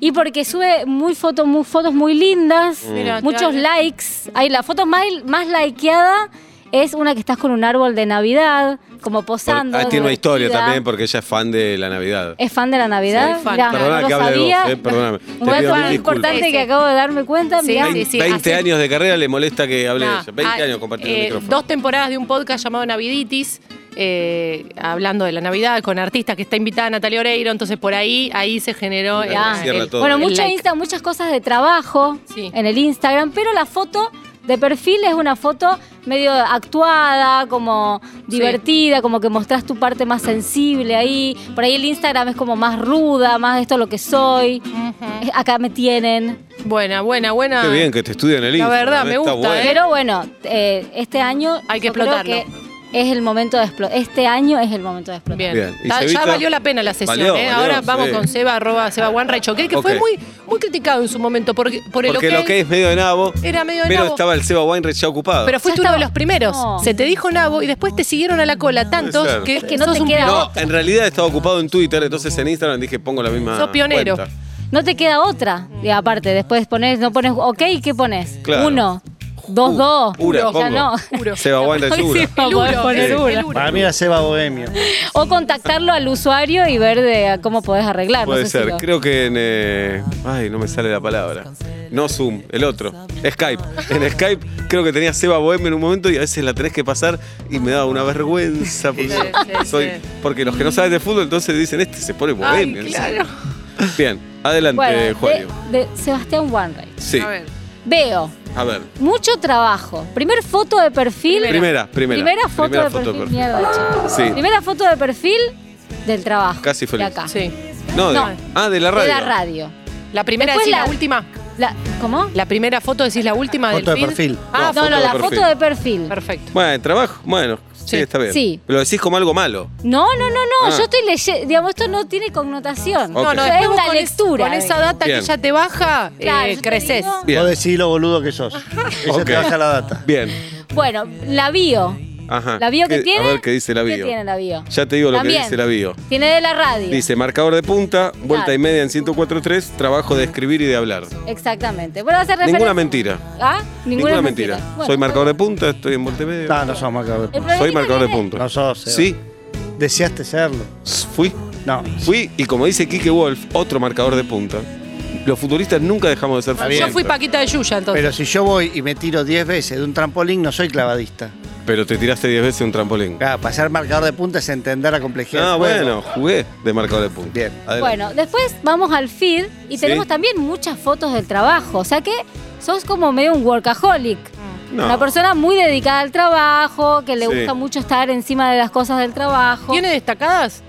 Speaker 4: Y porque sube muy fotos, muy, fotos muy lindas,
Speaker 2: Mm.
Speaker 3: Mira,
Speaker 4: muchos
Speaker 3: claro.
Speaker 4: likes. Ahí la foto más, más likeada es una que estás con un árbol de Navidad, como
Speaker 2: Por-
Speaker 4: posando.
Speaker 2: ah, tiene una historia
Speaker 4: divertida.
Speaker 2: también porque ella es fan de la Navidad.
Speaker 4: ¿Es fan de la Navidad?
Speaker 3: Soy fan.
Speaker 4: Mirá,
Speaker 2: Perdona
Speaker 4: no
Speaker 2: que
Speaker 4: lo
Speaker 2: hable de vos,
Speaker 4: sabía.
Speaker 2: eh, perdóname. Te
Speaker 4: Un
Speaker 2: pido mil
Speaker 4: dato muy
Speaker 2: disculpas.
Speaker 4: importante
Speaker 3: Sí, sí.
Speaker 4: que acabo de darme cuenta.
Speaker 3: Sí,
Speaker 4: mirá.
Speaker 3: sí, sí.
Speaker 2: 20
Speaker 3: hace-
Speaker 2: años de carrera le molesta que hable de ella. 20
Speaker 3: Ah,
Speaker 2: años compartiendo
Speaker 3: eh,
Speaker 2: el micrófono.
Speaker 3: Dos temporadas de un podcast llamado Naviditis, eh, hablando de la Navidad, con artistas que está invitada Natalia Oreiro, entonces por ahí, ahí se generó. eh,
Speaker 4: Ya.
Speaker 2: Cierra todo.
Speaker 4: Bueno,
Speaker 3: el
Speaker 4: mucho
Speaker 3: like.
Speaker 4: Insta, muchas cosas de trabajo
Speaker 3: Sí.
Speaker 4: en el Instagram, pero la foto de perfil es una foto medio actuada, como divertida, como que mostrás tu parte más sensible ahí. Por ahí el Instagram es como más ruda, más esto es lo que soy. Eh, Acá me tienen.
Speaker 3: Buena, buena, buena.
Speaker 2: Qué bien que te estudian el
Speaker 3: La
Speaker 2: Instagram.
Speaker 3: verdad, me
Speaker 2: está
Speaker 3: gusta,
Speaker 2: bueno.
Speaker 3: ¿eh?
Speaker 4: Pero bueno, eh, este año
Speaker 3: Hay que
Speaker 4: yo creo
Speaker 3: explotarlo.
Speaker 4: es el momento de explotar. Este año es el momento de explotar.
Speaker 3: Bien.
Speaker 2: Bien. ¿Y
Speaker 3: Ta-
Speaker 2: Cevita?
Speaker 3: ya valió la pena la sesión,
Speaker 2: Valió,
Speaker 3: ¿eh?
Speaker 2: valió,
Speaker 3: Ahora
Speaker 2: sí.
Speaker 3: vamos con Seba, arroba Seba Juan Raichoquel, que
Speaker 2: Ok.
Speaker 3: fue muy, muy criticado en su momento por, por el
Speaker 2: Porque
Speaker 3: ok.
Speaker 2: lo que es medio de nabo.
Speaker 3: Era medio de
Speaker 2: Pero
Speaker 3: nabo.
Speaker 2: estaba el Seba Weinreich ya ocupado.
Speaker 3: Pero fuiste
Speaker 4: Ya
Speaker 3: uno de
Speaker 4: estaba.
Speaker 3: los primeros.
Speaker 4: No.
Speaker 3: Se te dijo Nabo y después te siguieron a la cola tantos
Speaker 2: ser.
Speaker 3: que,
Speaker 4: Es que no
Speaker 3: sos
Speaker 4: te
Speaker 3: un
Speaker 4: queda
Speaker 3: pionero.
Speaker 2: No, en realidad estaba ocupado en Twitter, entonces en Instagram dije pongo la misma.
Speaker 3: Sos pionero.
Speaker 2: cuenta.
Speaker 4: No te queda otra. Y aparte, después pones, no pones ok, ¿qué pones?
Speaker 2: Claro.
Speaker 4: Uno, dos,
Speaker 2: Uh,
Speaker 4: dos.
Speaker 2: Ura,
Speaker 4: ya
Speaker 2: pongo.
Speaker 4: no.
Speaker 3: Uro.
Speaker 2: Seba Weinreich, Ura.
Speaker 4: Próximo podés
Speaker 3: Uro,
Speaker 4: poner
Speaker 3: el-
Speaker 4: Ura.
Speaker 3: el Uro.
Speaker 5: Para mí era Seba Bohemio.
Speaker 4: O contactarlo al usuario y ver de cómo podés arreglar. Ah, no
Speaker 2: Puede
Speaker 4: sé si
Speaker 2: ser,
Speaker 4: lo-
Speaker 2: creo que en. eh, Ay, no me sale la palabra. No Zoom, el otro. Skype. En Skype creo que tenía Seba Bohemio en un momento y a veces la tenés que pasar y me daba una vergüenza. Porque,
Speaker 3: Sí, sí,
Speaker 2: soy,
Speaker 3: sí.
Speaker 2: porque los que no saben de fútbol entonces dicen, este se pone
Speaker 3: Ay,
Speaker 2: bohemio. en serio".
Speaker 3: claro.
Speaker 2: Bien, adelante,
Speaker 4: Bueno,
Speaker 2: Juario.
Speaker 4: de, de Sebastián Wanray.
Speaker 2: Sí,
Speaker 3: A ver.
Speaker 4: Veo
Speaker 2: a ver.
Speaker 4: mucho trabajo. Primer foto de perfil.
Speaker 2: Primera, primera.
Speaker 4: foto
Speaker 2: Primera
Speaker 4: de perfil. Mierda, che.
Speaker 2: Sí.
Speaker 4: Primera foto de perfil del trabajo.
Speaker 2: Casi feliz.
Speaker 4: De acá.
Speaker 3: Sí.
Speaker 2: No, de-
Speaker 4: No.
Speaker 2: ah, de la radio.
Speaker 4: De la radio.
Speaker 3: La primera
Speaker 4: Después
Speaker 3: decís la,
Speaker 4: la-
Speaker 3: última.
Speaker 4: La- ¿Cómo?
Speaker 3: La primera foto decís la última del
Speaker 5: Foto de
Speaker 3: feed?
Speaker 5: perfil.
Speaker 3: Ah,
Speaker 4: no,
Speaker 2: foto
Speaker 4: no,
Speaker 2: de
Speaker 4: la
Speaker 2: perfil.
Speaker 4: foto de perfil.
Speaker 3: perfecto.
Speaker 2: Bueno, trabajo, bueno, sí,
Speaker 3: Sí.
Speaker 2: está bien.
Speaker 4: Sí.
Speaker 2: Lo decís como algo malo.
Speaker 4: No, no, no, no.
Speaker 2: Ah.
Speaker 4: Yo estoy leyendo. Digamos, esto no tiene connotación.
Speaker 2: Ok.
Speaker 3: No, no,
Speaker 4: Es
Speaker 3: después vos
Speaker 4: una
Speaker 3: con es-
Speaker 4: lectura,
Speaker 3: con esa
Speaker 4: digamos.
Speaker 3: data
Speaker 2: Bien.
Speaker 3: que ya te baja,
Speaker 4: Claro,
Speaker 3: eh,
Speaker 4: yo te
Speaker 3: creces.
Speaker 4: digo-
Speaker 2: Bien.
Speaker 5: Vos decís lo boludo que sos. Ella
Speaker 2: Ok.
Speaker 5: te baja la data.
Speaker 2: Bien.
Speaker 4: Bueno, la bio.
Speaker 2: Ajá.
Speaker 4: La bio que
Speaker 2: ¿Qué-
Speaker 4: tiene.
Speaker 2: A ver qué dice la bio.
Speaker 4: ¿Qué tiene la bio?
Speaker 2: Ya te digo lo
Speaker 4: También.
Speaker 2: que dice la bio.
Speaker 4: Tiene de la radio.
Speaker 2: Dice, marcador de punta, vuelta
Speaker 4: Claro.
Speaker 2: y media en 104.3, trabajo de escribir y de hablar.
Speaker 4: Exactamente. Bueno, hace referencia.
Speaker 2: Ninguna mentira.
Speaker 4: ¿Ah?
Speaker 2: Ninguna,
Speaker 4: Ninguna,
Speaker 2: mentira.
Speaker 4: Bueno,
Speaker 2: Soy marcador de punta, estoy en vuelta y media.
Speaker 5: No, no sos marcador de
Speaker 4: El
Speaker 5: punta.
Speaker 4: problema
Speaker 2: Soy marcador de
Speaker 4: viene-
Speaker 2: punta.
Speaker 5: No sos. eh. Seba.
Speaker 2: Sí,
Speaker 5: Deseaste serlo.
Speaker 2: s- fui.
Speaker 5: No.
Speaker 2: Fui, y como dice Kike Wolf, otro marcador de punta, los futbolistas nunca dejamos de ser
Speaker 5: bien.
Speaker 2: futbolistas.
Speaker 3: Yo fui Paquita de Yuya, entonces.
Speaker 5: Pero si yo voy y me tiro 10 veces de un trampolín, no soy clavadista.
Speaker 2: Pero te tiraste 10 veces un trampolín.
Speaker 5: Claro, pasar marcador de punta es entender la complejidad.
Speaker 2: Ah,
Speaker 5: del juego.
Speaker 2: bueno, jugué de marcador de punta.
Speaker 5: Bien.
Speaker 2: Adelante.
Speaker 4: Bueno, después vamos al feed y
Speaker 2: Sí.
Speaker 4: tenemos también muchas fotos del trabajo. O sea que sos como medio un workaholic.
Speaker 2: No.
Speaker 4: Una persona muy dedicada al trabajo, que le
Speaker 2: Sí.
Speaker 4: gusta mucho estar encima de las cosas del trabajo.
Speaker 3: ¿Tiene destacadas?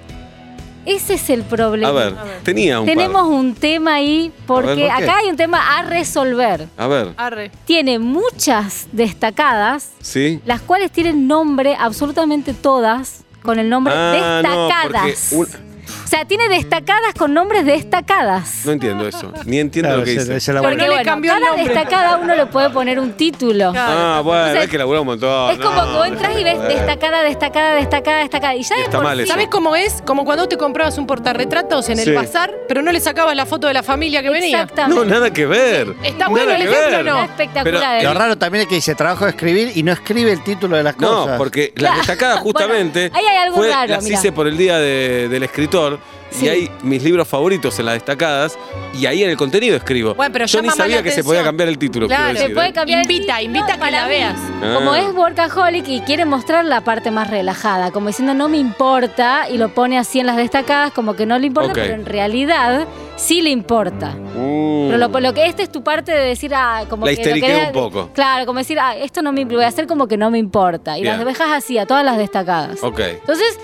Speaker 4: Ese es el problema.
Speaker 2: A ver, tenía un par.
Speaker 4: Tenemos un tema ahí,
Speaker 2: A
Speaker 4: porque
Speaker 2: ver, ¿por qué?
Speaker 4: acá hay un tema a resolver.
Speaker 2: A ver,
Speaker 3: Arre.
Speaker 4: Tiene muchas destacadas,
Speaker 2: ¿sí?
Speaker 4: las cuales tienen nombre, absolutamente todas, con el nombre
Speaker 2: Ah, no, porque
Speaker 4: destacadas.
Speaker 2: un-
Speaker 4: O sea, tiene destacadas con nombres destacadas.
Speaker 2: No entiendo eso, ni entiendo
Speaker 5: Claro,
Speaker 2: lo que
Speaker 5: esa-
Speaker 2: dice.
Speaker 5: esa es la
Speaker 3: Porque
Speaker 5: buena.
Speaker 3: le cambió el
Speaker 4: cada
Speaker 3: nombre.
Speaker 4: destacada uno le puede poner un título.
Speaker 3: Claro.
Speaker 2: Ah, bueno,
Speaker 4: Entonces,
Speaker 2: es que laburó un montón.
Speaker 4: Es como que vos entras y ves
Speaker 2: Joder.
Speaker 4: destacada, destacada, destacada, destacada. Y ya
Speaker 2: Y
Speaker 4: de
Speaker 2: está
Speaker 4: por
Speaker 2: mal eh.
Speaker 4: sí-
Speaker 2: eso.
Speaker 3: ¿Sabés cómo es? Como cuando te comprabas un portarretratos en el
Speaker 2: Sí.
Speaker 3: bazar, pero no le sacabas la foto de la familia que venía.
Speaker 2: No,
Speaker 4: Exactamente.
Speaker 2: nada que ver.
Speaker 3: Está bueno
Speaker 2: Nada
Speaker 3: el
Speaker 2: que
Speaker 3: ejemplo,
Speaker 2: ver.
Speaker 3: ¿no?
Speaker 4: Está espectacular. ¿eh?
Speaker 2: Pero-
Speaker 5: Lo raro también es que dice trabajo de escribir y no escribe el título de las
Speaker 2: No,
Speaker 5: cosas.
Speaker 2: porque la destacada justamente
Speaker 4: ahí hay algo
Speaker 2: fue-
Speaker 4: raro,
Speaker 2: las
Speaker 4: mirá.
Speaker 2: hice por el día de- del escritor
Speaker 4: Sí.
Speaker 2: y hay mis libros favoritos en las destacadas y ahí en el contenido escribo.
Speaker 3: Bueno, pero
Speaker 2: Yo
Speaker 3: llama
Speaker 2: ni
Speaker 3: más la
Speaker 2: sabía que se
Speaker 3: atención.
Speaker 2: podía cambiar el título. quiero
Speaker 3: Claro.
Speaker 2: decir,
Speaker 4: Se puede
Speaker 2: ¿eh?
Speaker 4: cambiar. el
Speaker 3: Invita,
Speaker 4: título
Speaker 3: invita que
Speaker 4: para
Speaker 3: la
Speaker 4: mí.
Speaker 3: veas.
Speaker 2: Ah.
Speaker 4: Como es workaholic y quiere mostrar la parte más relajada, como diciendo no me importa, y lo pone así en las destacadas, como que no le importa,
Speaker 2: Ok.
Speaker 4: pero en realidad sí le importa.
Speaker 2: Mm.
Speaker 4: Pero lo, lo que este es tu parte de decir, ah, como
Speaker 2: La
Speaker 4: que. lo
Speaker 2: histeriquea
Speaker 4: querés-
Speaker 2: un poco.
Speaker 4: Claro, como decir, ah, esto no me importa, voy a hacer como que no me importa. Y las
Speaker 2: Bien.
Speaker 4: dejas así, a todas las destacadas.
Speaker 2: Ok.
Speaker 4: Entonces,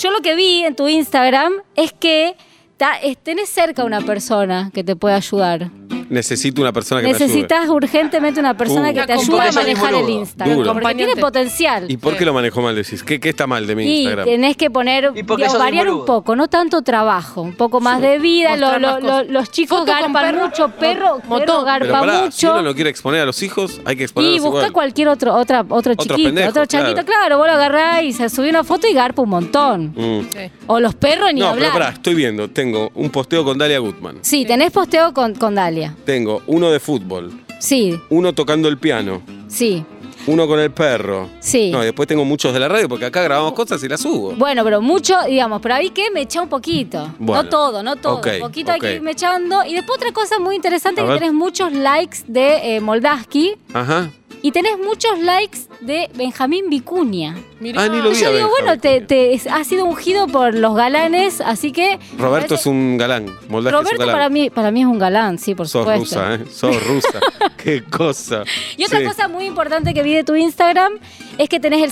Speaker 4: yo lo que vi en tu Instagram es que ta- es- tenés cerca una persona que te puede ayudar.
Speaker 2: Necesito una persona que me
Speaker 4: Necesitas urgentemente una persona
Speaker 2: Uh.
Speaker 4: que te
Speaker 3: Un
Speaker 4: ayude a
Speaker 3: acompañante
Speaker 4: manejar el
Speaker 2: boludo.
Speaker 4: Instagram.
Speaker 2: Duro.
Speaker 4: Porque tiene
Speaker 3: Acompañante.
Speaker 4: potencial.
Speaker 2: ayude. ¿Y por qué lo manejó mal decís? ¿Qué, qué está mal de mi
Speaker 4: Y
Speaker 2: Instagram?
Speaker 4: tenés que poner,
Speaker 1: Y
Speaker 4: digamos,
Speaker 1: porque sos un
Speaker 4: variar un
Speaker 1: boludo.
Speaker 4: poco, no tanto trabajo, un poco más de vida.
Speaker 3: Mostrar
Speaker 4: lo-
Speaker 3: más
Speaker 4: lo-
Speaker 3: cosas.
Speaker 4: lo- los chicos
Speaker 3: Foto con
Speaker 4: garpan
Speaker 3: perro,
Speaker 4: mucho, perro,
Speaker 3: motón.
Speaker 4: perro
Speaker 2: Pero
Speaker 4: garpa
Speaker 2: pará, si
Speaker 4: mucho.
Speaker 2: uno no quiere exponer a los hijos, hay que exponerlos
Speaker 4: y busca
Speaker 2: igual.
Speaker 4: cualquier otro, otra, otro, chiquito,
Speaker 2: pendejo,
Speaker 4: otro changuito. Claro.
Speaker 2: claro.
Speaker 4: vos lo agarrás y se sube una foto y garpa un montón.
Speaker 2: Mm.
Speaker 4: O los perros ni
Speaker 2: No,
Speaker 4: hablar.
Speaker 2: pero pará, estoy viendo. Tengo un posteo con Dalia Gutman.
Speaker 4: Sí, tenés posteo con, con Dalia.
Speaker 2: Tengo uno de fútbol,
Speaker 4: Sí,
Speaker 2: uno tocando el piano,
Speaker 4: sí,
Speaker 2: uno con el perro.
Speaker 4: sí.
Speaker 2: No, y después tengo muchos de la radio porque acá grabamos cosas y las subo.
Speaker 4: bueno, pero mucho, digamos, pero ahí que me echa un poquito.
Speaker 2: Bueno.
Speaker 4: no todo, no todo.
Speaker 2: Ok,
Speaker 4: un poquito hay
Speaker 2: ok.
Speaker 4: que irme echando. Y después otra cosa muy interesante
Speaker 2: A
Speaker 4: que
Speaker 2: ver.
Speaker 4: tenés muchos likes de eh, Moldaski
Speaker 2: Ajá.
Speaker 4: y tenés muchos likes de Benjamín Vicuña.
Speaker 3: Mirá.
Speaker 2: Ah, ni lo vi.
Speaker 4: Yo
Speaker 2: a
Speaker 4: digo,
Speaker 2: Benja
Speaker 4: bueno, te,
Speaker 2: Vicuña.
Speaker 4: te- es- has sido ungido por los galanes, así que.
Speaker 2: Roberto es un galán. Moldaje es un
Speaker 4: Roberto
Speaker 2: galán.
Speaker 4: para mí, para mí es un galán, sí, por
Speaker 2: Sos
Speaker 4: supuesto.
Speaker 2: rusa, ¿eh? Sos rusa. Qué cosa.
Speaker 4: Y otra
Speaker 2: Sí.
Speaker 4: cosa muy importante que vi de tu Instagram es que tenés el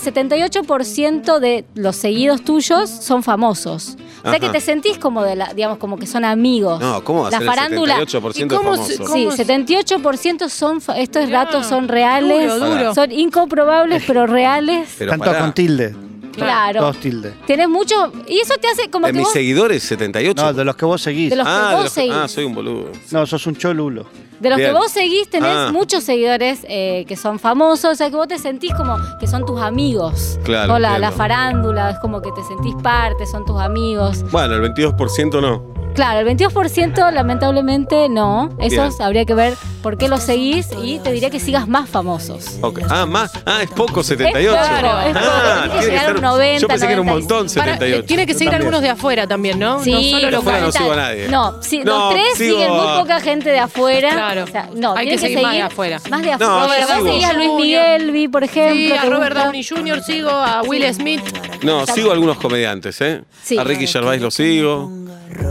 Speaker 4: 78% de los seguidos tuyos son famosos. O sea
Speaker 2: Ajá.
Speaker 4: que te sentís como de la, digamos, como que son amigos.
Speaker 2: No, ¿cómo va a
Speaker 4: La
Speaker 2: ser
Speaker 4: farándula.
Speaker 2: el 78%
Speaker 3: ¿Y cómo
Speaker 2: famoso?
Speaker 3: se- cómo-
Speaker 4: Sí,
Speaker 3: es?
Speaker 4: 78% son, fa- estos
Speaker 3: Mirá,
Speaker 4: datos son reales,
Speaker 3: Duro, duro.
Speaker 4: son incomprobables pero reales.
Speaker 2: Pero
Speaker 5: Tanto
Speaker 2: pará,
Speaker 5: con tilde.
Speaker 4: claro.
Speaker 5: Todos tilde.
Speaker 4: Tenés mucho, y eso te hace como
Speaker 2: de
Speaker 4: que
Speaker 2: mis
Speaker 4: vos,
Speaker 2: seguidores, 78.
Speaker 5: No, de los que vos seguís.
Speaker 4: De los- que
Speaker 2: ah,
Speaker 4: vos
Speaker 2: que- ah,
Speaker 4: seguís.
Speaker 2: soy un boludo.
Speaker 5: No, sos un cholulo.
Speaker 4: de los
Speaker 2: Bien.
Speaker 4: que vos seguís tenés
Speaker 2: Ah.
Speaker 4: muchos seguidores eh, que son famosos, o sea que vos te sentís como que son tus amigos.
Speaker 2: Claro,
Speaker 4: O la, la
Speaker 2: entiendo.
Speaker 4: farándula, es como que te sentís parte, son tus amigos.
Speaker 2: Bueno, el 22% no.
Speaker 4: Claro, el 22% lamentablemente no. Esos
Speaker 2: Bien.
Speaker 4: habría que ver por qué los seguís y te diría que sigas más famosos.
Speaker 2: Ok. Ah, más. Ah, es poco 78.
Speaker 4: Es claro, es poco.
Speaker 2: ah,
Speaker 4: Tiene que llegar a un 90,
Speaker 2: Yo pensé que era un
Speaker 4: 95.
Speaker 2: montón
Speaker 3: Para- eh,
Speaker 2: 78.
Speaker 3: tiene que
Speaker 5: Yo
Speaker 3: seguir
Speaker 5: también.
Speaker 3: algunos de afuera también, ¿no?
Speaker 4: Sí,
Speaker 3: No solo
Speaker 4: de
Speaker 3: los
Speaker 2: afuera no
Speaker 3: locales.
Speaker 2: sigo a nadie.
Speaker 4: No, sí,
Speaker 2: No,
Speaker 4: los tres
Speaker 2: sigo
Speaker 4: siguen
Speaker 2: a-
Speaker 4: muy poca gente de afuera.
Speaker 3: Claro.
Speaker 4: O sea, no,
Speaker 3: Hay
Speaker 4: tienen
Speaker 3: que seguir más de afuera.
Speaker 4: Más de
Speaker 2: No,
Speaker 4: afuera.
Speaker 2: yo
Speaker 4: Vos
Speaker 2: sigo.
Speaker 4: seguís a Luis Miguel, vi, por ejemplo.
Speaker 3: Sí, a
Speaker 4: ¿te
Speaker 3: Robert
Speaker 4: gusta?
Speaker 3: Downey Jr., sigo a Will Smith.
Speaker 2: No, sigo a algunos comediantes, ¿eh?
Speaker 4: Sí.
Speaker 2: A Ricky Gervais lo sigo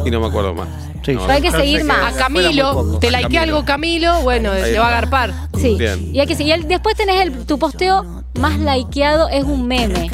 Speaker 2: y no me acuerdo más.
Speaker 5: Sí,
Speaker 2: No,
Speaker 4: Pero hay que
Speaker 5: Yo
Speaker 4: seguir
Speaker 5: sé que-
Speaker 3: A
Speaker 4: más.
Speaker 3: Camilo, te like
Speaker 2: Camilo.
Speaker 3: algo Camilo, bueno,
Speaker 2: Ahí
Speaker 3: le
Speaker 2: está.
Speaker 3: va a agarpar.
Speaker 4: Sí.
Speaker 2: Bien.
Speaker 4: Y hay que seguir. Y el- después tenés el, tu posteo más likeado, es un meme.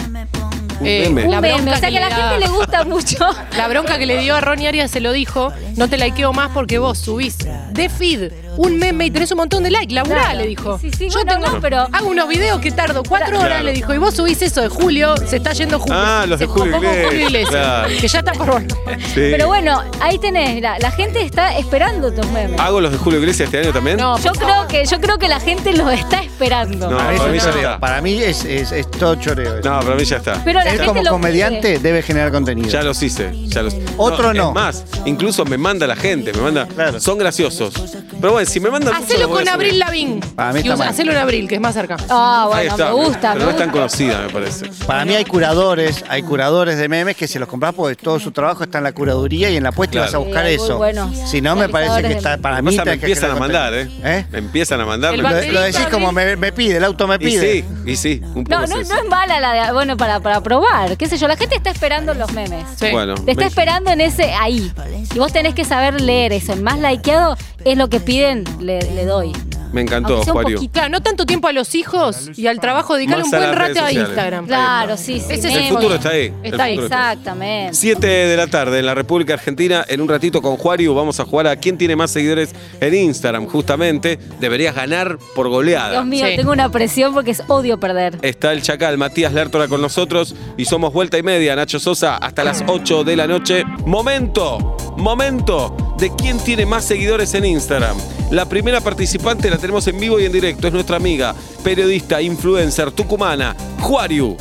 Speaker 2: Un
Speaker 3: Eh,
Speaker 2: meme.
Speaker 3: La
Speaker 4: Un meme.
Speaker 3: bronca
Speaker 4: O sea
Speaker 3: que
Speaker 4: que a la
Speaker 3: le da.
Speaker 4: gente le gusta mucho.
Speaker 3: La bronca que le dio a Ronnie Arias se lo dijo, no te likeo más porque vos subís de feed un meme y tenés un montón de likes, laburá,
Speaker 4: Claro.
Speaker 3: le dijo.
Speaker 4: Sí, sí, bueno, no, pero-
Speaker 3: hago unos videos que tardo cuatro horas,
Speaker 2: Claro.
Speaker 3: le dijo, y vos subís eso de Julio, se está yendo Julio.
Speaker 2: Ah, los de
Speaker 3: Se
Speaker 2: Julio
Speaker 3: copó con
Speaker 2: Iglesias, claro.
Speaker 3: Que ya está por volver.
Speaker 2: Sí.
Speaker 4: Pero bueno, ahí tenés. La, la gente está esperando tus memes.
Speaker 2: ¿Hago los de Julio Iglesias este año también?
Speaker 3: No,
Speaker 4: Yo creo que, yo creo que la gente los está esperando.
Speaker 2: No,
Speaker 5: Para mí,
Speaker 2: para mí
Speaker 5: es
Speaker 2: ya
Speaker 5: choreo.
Speaker 2: está.
Speaker 5: Para mí es, es- es todo choreo. eso.
Speaker 2: Ah. No, para mí ya está.
Speaker 4: Pero la
Speaker 5: Él
Speaker 4: gente
Speaker 5: como
Speaker 4: lo
Speaker 5: comediante debe generar contenido.
Speaker 2: Ya los hice, ya los.
Speaker 5: Otro no.
Speaker 2: Es más, incluso me manda la gente, me manda.
Speaker 5: Claro.
Speaker 2: Son graciosos. Pero bueno, si me mandan. mucho,
Speaker 3: Hacelo
Speaker 2: los voy
Speaker 3: con
Speaker 2: a subir.
Speaker 3: Abril Lavín.
Speaker 5: Para Ah, mí
Speaker 3: Y
Speaker 5: está
Speaker 3: usa-
Speaker 5: mal.
Speaker 3: Hacelo en Abril, que es más cerca.
Speaker 4: Ah,
Speaker 2: Ahí
Speaker 4: bueno,
Speaker 2: está,
Speaker 4: me gusta.
Speaker 2: Pero
Speaker 4: me
Speaker 2: no es tan
Speaker 4: gusta.
Speaker 2: conocida, me parece.
Speaker 5: Para mí hay curadores, hay curadores de memes que si los compras porque todo su trabajo está en la curaduría y en la puesta y
Speaker 2: Claro.
Speaker 5: vas a buscar
Speaker 4: Sí, hay muy
Speaker 5: eso.
Speaker 4: buenos
Speaker 5: Si no, me parece
Speaker 4: realizadores
Speaker 5: que
Speaker 4: de
Speaker 5: está
Speaker 4: memes.
Speaker 5: para
Speaker 2: O
Speaker 5: mí
Speaker 2: sea, me
Speaker 5: tenés que
Speaker 2: empiezan a
Speaker 5: generar
Speaker 2: mandar, ¿eh?
Speaker 5: contenido.
Speaker 2: Me empiezan a mandar.
Speaker 3: El
Speaker 2: me-
Speaker 5: Lo,
Speaker 3: baterista,
Speaker 5: lo decís como me, me pide, el auto me
Speaker 2: y
Speaker 5: pide.
Speaker 2: sí, y sí, un poco
Speaker 4: No,
Speaker 2: es
Speaker 4: no,
Speaker 2: eso.
Speaker 4: no es mala la de. Bueno, para, para probar. ¿Qué sé yo? La gente está esperando los memes.
Speaker 3: Sí.
Speaker 2: Bueno,
Speaker 4: Te está
Speaker 2: me-
Speaker 4: esperando en ese ahí. Y vos tenés que saber leer eso. El más likeado es lo que piden, le, le doy.
Speaker 2: me encantó,
Speaker 4: Aunque sea un
Speaker 2: Juario.
Speaker 4: poquito.
Speaker 3: Claro, no tanto tiempo a los hijos y al trabajo, dedicarle
Speaker 2: Más
Speaker 3: un
Speaker 2: a
Speaker 3: buen
Speaker 2: las redes
Speaker 3: rato a
Speaker 2: sociales.
Speaker 3: Instagram.
Speaker 4: Claro, sí, sí.
Speaker 3: Ese es el
Speaker 4: memes.
Speaker 2: El futuro está ahí.
Speaker 3: Está ahí,
Speaker 2: el futuro
Speaker 4: Exactamente.
Speaker 2: 7 de la tarde en la República Argentina. En un ratito con Juario vamos a jugar a quién tiene más seguidores en Instagram, justamente. Deberías ganar por goleada.
Speaker 4: Dios mío,
Speaker 3: Sí.
Speaker 4: tengo una presión porque es odio perder.
Speaker 2: Está el Chacal, Matías Lertora con nosotros y somos vuelta y media, Nacho Sosa, hasta las 8 de la noche. Momento, momento de quién tiene más seguidores en Instagram. La primera participante la tenemos en vivo y en directo, es nuestra amiga, periodista, influencer, tucumana, Juariu.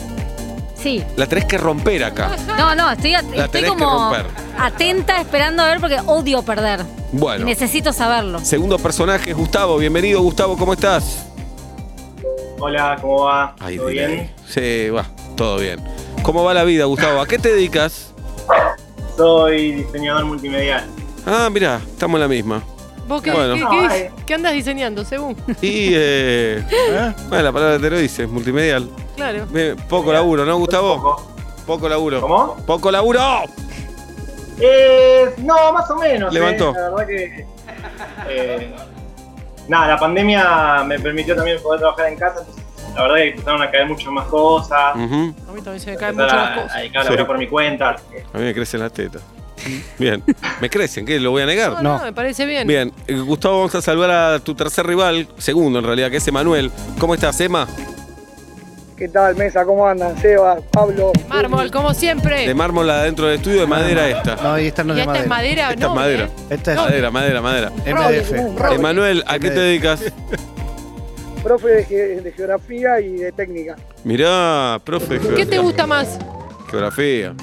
Speaker 4: Sí.
Speaker 2: La tenés que romper acá.
Speaker 4: No, no, estoy, at-
Speaker 2: La
Speaker 4: estoy
Speaker 2: tenés que
Speaker 4: como
Speaker 2: romper.
Speaker 4: atenta esperando a ver porque odio perder. Y
Speaker 2: Bueno,
Speaker 4: Necesito saberlo.
Speaker 2: segundo personaje, Gustavo. Bienvenido, Gustavo, ¿cómo estás?
Speaker 1: Hola, ¿cómo va?
Speaker 2: Ay,
Speaker 1: ¿Todo
Speaker 2: delay.
Speaker 1: bien?
Speaker 2: Sí, va, todo bien. ¿Cómo va la vida, Gustavo? ¿A qué te dedicas?
Speaker 1: Soy diseñador multimedial.
Speaker 2: Ah, mira, estamos en la misma.
Speaker 3: ¿Vos qué,
Speaker 2: Bueno.
Speaker 3: qué- qué- qué andas diseñando, según?
Speaker 2: Y, eh, bueno, la palabra te lo dice, multimedial.
Speaker 3: Claro.
Speaker 2: Bien, poco laburo, ¿no, Gustavo?
Speaker 1: Poco.
Speaker 2: Poco laburo.
Speaker 1: ¿Cómo?
Speaker 2: Poco laburo.
Speaker 1: Eh, no, más o menos. eh,
Speaker 2: Levantó.
Speaker 1: La verdad que. eh, nada, la pandemia me permitió también poder trabajar en casa. entonces, la verdad que empezaron a caer mucho más cosas.
Speaker 2: Ujú,
Speaker 3: A mí también se me caen
Speaker 1: Empezar
Speaker 3: muchas las
Speaker 1: a, a
Speaker 3: cosas.
Speaker 1: dedicar a
Speaker 2: Mm. Sí.
Speaker 1: laburar por mi cuenta. así que-
Speaker 2: A mí me crecen las tetas. Bien. ¿Me crecen? ¿Qué? ¿Lo voy a
Speaker 3: No,
Speaker 2: negar?
Speaker 3: no,
Speaker 5: No.
Speaker 3: me parece bien.
Speaker 2: Bien. Eh, Gustavo, vamos a saludar a tu tercer rival, segundo en realidad, que es Emanuel. ¿Cómo estás, Emma?
Speaker 6: ¿Qué tal, Mesa? ¿Cómo andan? Seba, Pablo.
Speaker 3: Mármol, como siempre.
Speaker 2: De mármol adentro del estudio, de madera esta.
Speaker 5: No, y esta no
Speaker 3: y
Speaker 5: es de
Speaker 3: esta es
Speaker 5: madera.
Speaker 3: madera,
Speaker 2: Esta
Speaker 3: no,
Speaker 2: es madera.
Speaker 3: ¿eh?
Speaker 5: Esta es
Speaker 2: Madera, madera, madera.
Speaker 5: MDF.
Speaker 2: Emanuel, ¿a qué te dedicas?
Speaker 6: Profe de, ge- de geografía y de técnica.
Speaker 2: Mirá, profe. de
Speaker 3: ¿Qué te
Speaker 2: geografía.
Speaker 3: gusta más?
Speaker 2: Geografía.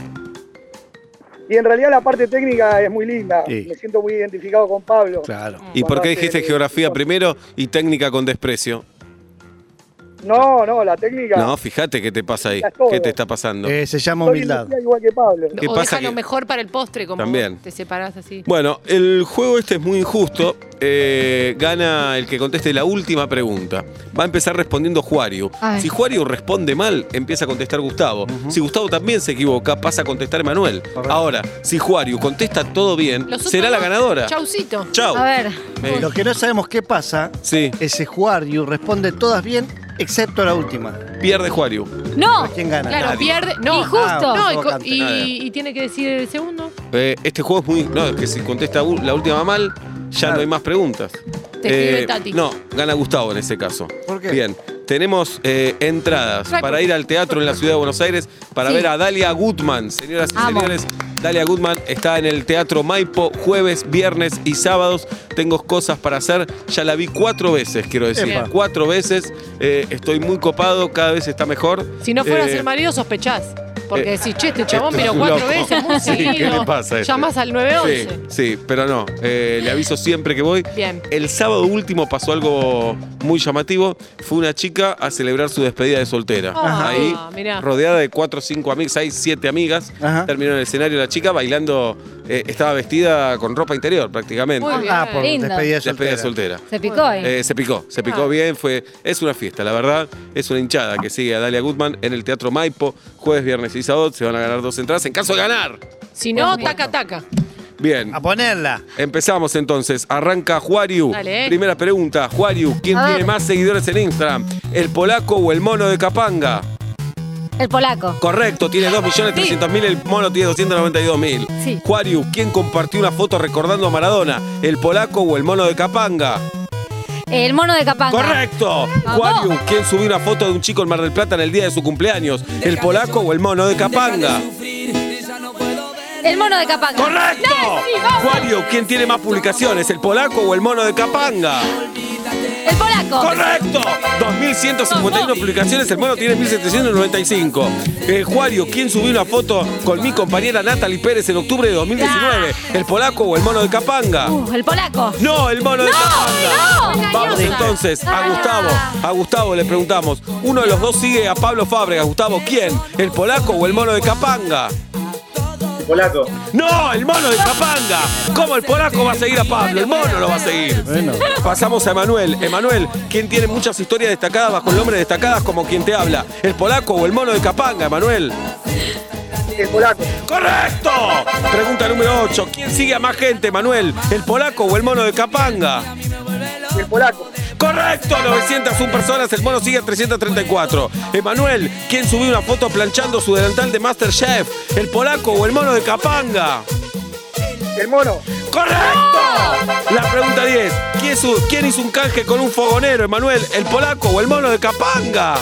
Speaker 6: Y en realidad la parte técnica es muy linda.
Speaker 5: Sí.
Speaker 6: Me siento muy identificado con Pablo.
Speaker 5: Claro.
Speaker 3: Mm.
Speaker 2: ¿Y por qué dijiste geografía primero y técnica con desprecio?
Speaker 6: No, no, la técnica.
Speaker 2: No, fíjate qué te pasa ahí.
Speaker 6: Ya es todo.
Speaker 2: ¿Qué te está pasando?
Speaker 5: Eh, se llama
Speaker 6: Soy
Speaker 5: humildad.
Speaker 6: industrial igual que Pablo.
Speaker 2: ¿Qué
Speaker 3: o
Speaker 2: pasa
Speaker 3: déjalo
Speaker 2: que-
Speaker 3: mejor para el postre, como
Speaker 2: También.
Speaker 3: vos te separás así.
Speaker 2: Bueno, el juego este es muy injusto. Eh, gana el que conteste la última pregunta. Va a empezar respondiendo Juario.
Speaker 3: Ay.
Speaker 2: Si Juario responde mal, empieza a contestar Gustavo. Si Gustavo también se equivoca, pasa a contestar Manuel. Ahora, si Juario contesta todo bien,
Speaker 3: Los otros
Speaker 2: será la
Speaker 3: dos,
Speaker 2: ganadora.
Speaker 3: Chaucito.
Speaker 2: Chau.
Speaker 4: A ver.
Speaker 2: Eh,
Speaker 5: Lo que no sabemos qué pasa
Speaker 2: sí,
Speaker 5: ese Juario responde todas bien, excepto la última.
Speaker 2: pierde Juario.
Speaker 4: No,
Speaker 5: ¿Quién gana?
Speaker 3: Claro,
Speaker 2: Nadie.
Speaker 3: pierde. No,
Speaker 4: Injusto.
Speaker 5: Ah,
Speaker 3: No, y
Speaker 5: somos
Speaker 3: co-
Speaker 5: cantantes.
Speaker 3: y,
Speaker 2: Nadie.
Speaker 3: y tiene que decir el segundo.
Speaker 2: Eh, este juego es muy. No, es que si contesta u- la última mal, ya no hay más preguntas. Eh,
Speaker 3: Te escribe Tati.
Speaker 2: No, gana Gustavo en ese caso.
Speaker 5: ¿Por qué?
Speaker 2: Bien. Tenemos eh, entradas
Speaker 3: Flaco.
Speaker 2: para ir al teatro en la ciudad de Buenos Aires para
Speaker 4: Sí.
Speaker 2: ver a Dalia Goodman. Señoras y
Speaker 4: Amo.
Speaker 2: señores, Dalia Goodman está en el Teatro Maipo jueves, viernes y sábados. Tengo cosas para hacer. Ya la vi cuatro veces, quiero decir.
Speaker 5: Epa.
Speaker 2: Cuatro veces. Eh, estoy muy copado, cada vez está mejor.
Speaker 3: Si no fueras
Speaker 2: Eh,
Speaker 3: el marido, sospechás. Porque
Speaker 2: Eh,
Speaker 3: decís, che, este chabón
Speaker 2: esto es
Speaker 3: vino
Speaker 2: un
Speaker 3: cuatro
Speaker 2: loco.
Speaker 3: veces muy
Speaker 2: Sí, ¿qué
Speaker 3: seguido.
Speaker 2: le pasa a este?
Speaker 3: Llamás al 911.
Speaker 2: Sí, sí, pero no. eh, le aviso siempre que voy.
Speaker 3: Bien.
Speaker 2: El sábado último pasó algo muy llamativo. Fue una chica a celebrar su despedida de soltera.
Speaker 3: Ah,
Speaker 2: Ahí,
Speaker 3: mirá.
Speaker 2: rodeada de cuatro, cinco amigas, seis, siete amigas.
Speaker 5: Ajá.
Speaker 2: Terminó en el escenario la chica bailando. eh, estaba vestida con ropa interior prácticamente.
Speaker 3: Muy bien.
Speaker 5: Ah, por
Speaker 4: Lindo.
Speaker 5: despedida
Speaker 2: Despedida
Speaker 5: soltera.
Speaker 2: soltera.
Speaker 4: Se picó, ¿eh?
Speaker 2: Eh, se picó, se picó
Speaker 3: Ah.
Speaker 2: bien, fue, es una fiesta, la verdad, es una hinchada que sigue a Dalia Gutman en el Teatro Maipo, jueves, viernes y sábado, se van a ganar dos entradas, en caso de ganar.
Speaker 3: Si no, taca, taca.
Speaker 2: Bien,
Speaker 5: A ponerla.
Speaker 2: empezamos entonces, arranca Juariu.
Speaker 3: Dale.
Speaker 2: Primera pregunta, Juariu, ¿quién
Speaker 4: A ver.
Speaker 2: tiene más seguidores en Instagram? ¿El polaco o el mono de Capanga?
Speaker 4: El polaco.
Speaker 2: Correcto, tiene 2.300.000, el mono tiene 292.000.
Speaker 4: Sí.
Speaker 2: Juariu, ¿quién compartió una foto recordando a Maradona? ¿El polaco o el mono de Capanga?
Speaker 4: El mono de Capanga.
Speaker 2: ¡Correcto!
Speaker 4: Vamos.
Speaker 2: Juariu, ¿quién subió una foto de un chico en Mar del Plata en el día de su cumpleaños? ¿El polaco o el mono de Capanga?
Speaker 4: El mono de Capanga.
Speaker 2: ¡Correcto!
Speaker 4: Nancy, vamos.
Speaker 2: Juariu, ¿quién tiene más publicaciones? ¿El polaco o el mono de Capanga?
Speaker 4: El polaco.
Speaker 2: ¡Correcto! 2.151 publicaciones, el mono tiene 1.795. Eh, Juario, ¿quién subió una foto con mi compañera Natalie Pérez en octubre de 2019? ¿El polaco o el mono de Capanga?
Speaker 4: Uh, el polaco.
Speaker 2: No, el mono de
Speaker 4: no,
Speaker 2: Capanga.
Speaker 4: no.
Speaker 2: Vamos entonces a Gustavo. A Gustavo le preguntamos. Uno de los dos sigue a Pablo Fábregas. Gustavo, ¿quién? ¿El polaco o el mono de Capanga?
Speaker 1: Polaco.
Speaker 2: No, el mono de Capanga. ¿Cómo el polaco va a seguir a Pablo? El mono lo va a seguir. Pasamos a Emanuel. Emanuel, ¿quién tiene muchas historias destacadas bajo el nombre de destacadas como quien te habla? ¿El polaco o el mono de Capanga, Emanuel?
Speaker 6: El polaco.
Speaker 2: ¡Correcto! Pregunta número 8. ¿Quién sigue a más gente, Emanuel? ¿El polaco o el mono de Capanga?
Speaker 6: El polaco.
Speaker 2: Correcto, 901 personas, el mono sigue a 334. Emanuel, ¿quién subió una foto planchando su delantal de Masterchef? ¿El polaco o el mono de Capanga?
Speaker 6: El mono.
Speaker 2: ¡Correcto! La pregunta 10, ¿quién, su- ¿quién hizo un canje con un fogonero, Emanuel? ¿El polaco o el mono de Capanga?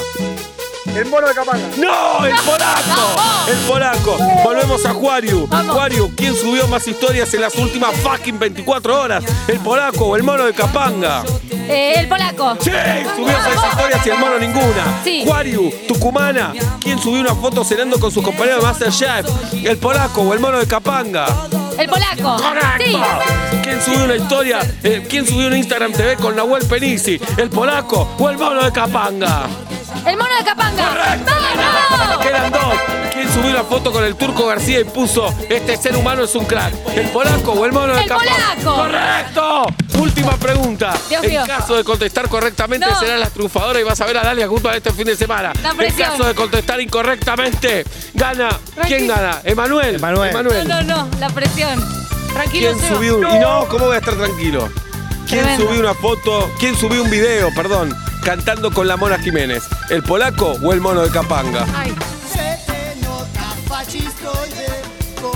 Speaker 6: El mono de Capanga.
Speaker 2: ¡No! ¡El polaco! ¡El polaco! Volvemos a Juariu. Juariu, ¿quién subió más historias en las últimas fucking 24 horas? ¿El polaco o el mono de Capanga?
Speaker 4: Eh, el polaco.
Speaker 2: Sí, subió esas historias y el mono ninguna.
Speaker 4: Sí.
Speaker 2: Juariu, Tucumana, ¿quién subió una foto cenando con sus compañeros de Masterchef? ¿El polaco o el mono de Capanga?
Speaker 4: El polaco. Sí.
Speaker 2: ¿Quién subió una historia? eh, ¿Quién subió un Instagram TV con Nahuel Penisi? ¿El polaco o el mono de Capanga?
Speaker 4: El mono de Capanga.
Speaker 2: ¡Correcto!
Speaker 4: ¡Vamos!
Speaker 2: Quedan dos. ¿Quién subió una foto con el turco García y puso este ser humano es un crack? ¿El polaco o el mono de
Speaker 4: ¡El
Speaker 2: Capanga?
Speaker 4: polaco!
Speaker 2: ¡Correcto! Última pregunta.
Speaker 4: Dios
Speaker 2: en
Speaker 4: mío.
Speaker 2: caso de contestar correctamente
Speaker 4: No.
Speaker 2: serás la triunfadora y vas a ver a Dalia junto a este fin de semana.
Speaker 4: La
Speaker 2: En
Speaker 4: presión.
Speaker 2: caso de contestar incorrectamente, gana. ¿Quién gana? ¿Emanuel?
Speaker 5: Emanuel.
Speaker 4: No, no, no. La presión.
Speaker 3: Tranquilo,
Speaker 2: ¿Quién
Speaker 3: Seba.
Speaker 2: subió un... Y no, ¿cómo voy a estar tranquilo? ¿Quién
Speaker 4: Tremendo.
Speaker 2: subió una foto? ¿Quién subió un video, perdón, cantando con la Mona Jiménez? ¿El polaco o el mono de Capanga?
Speaker 3: Ay,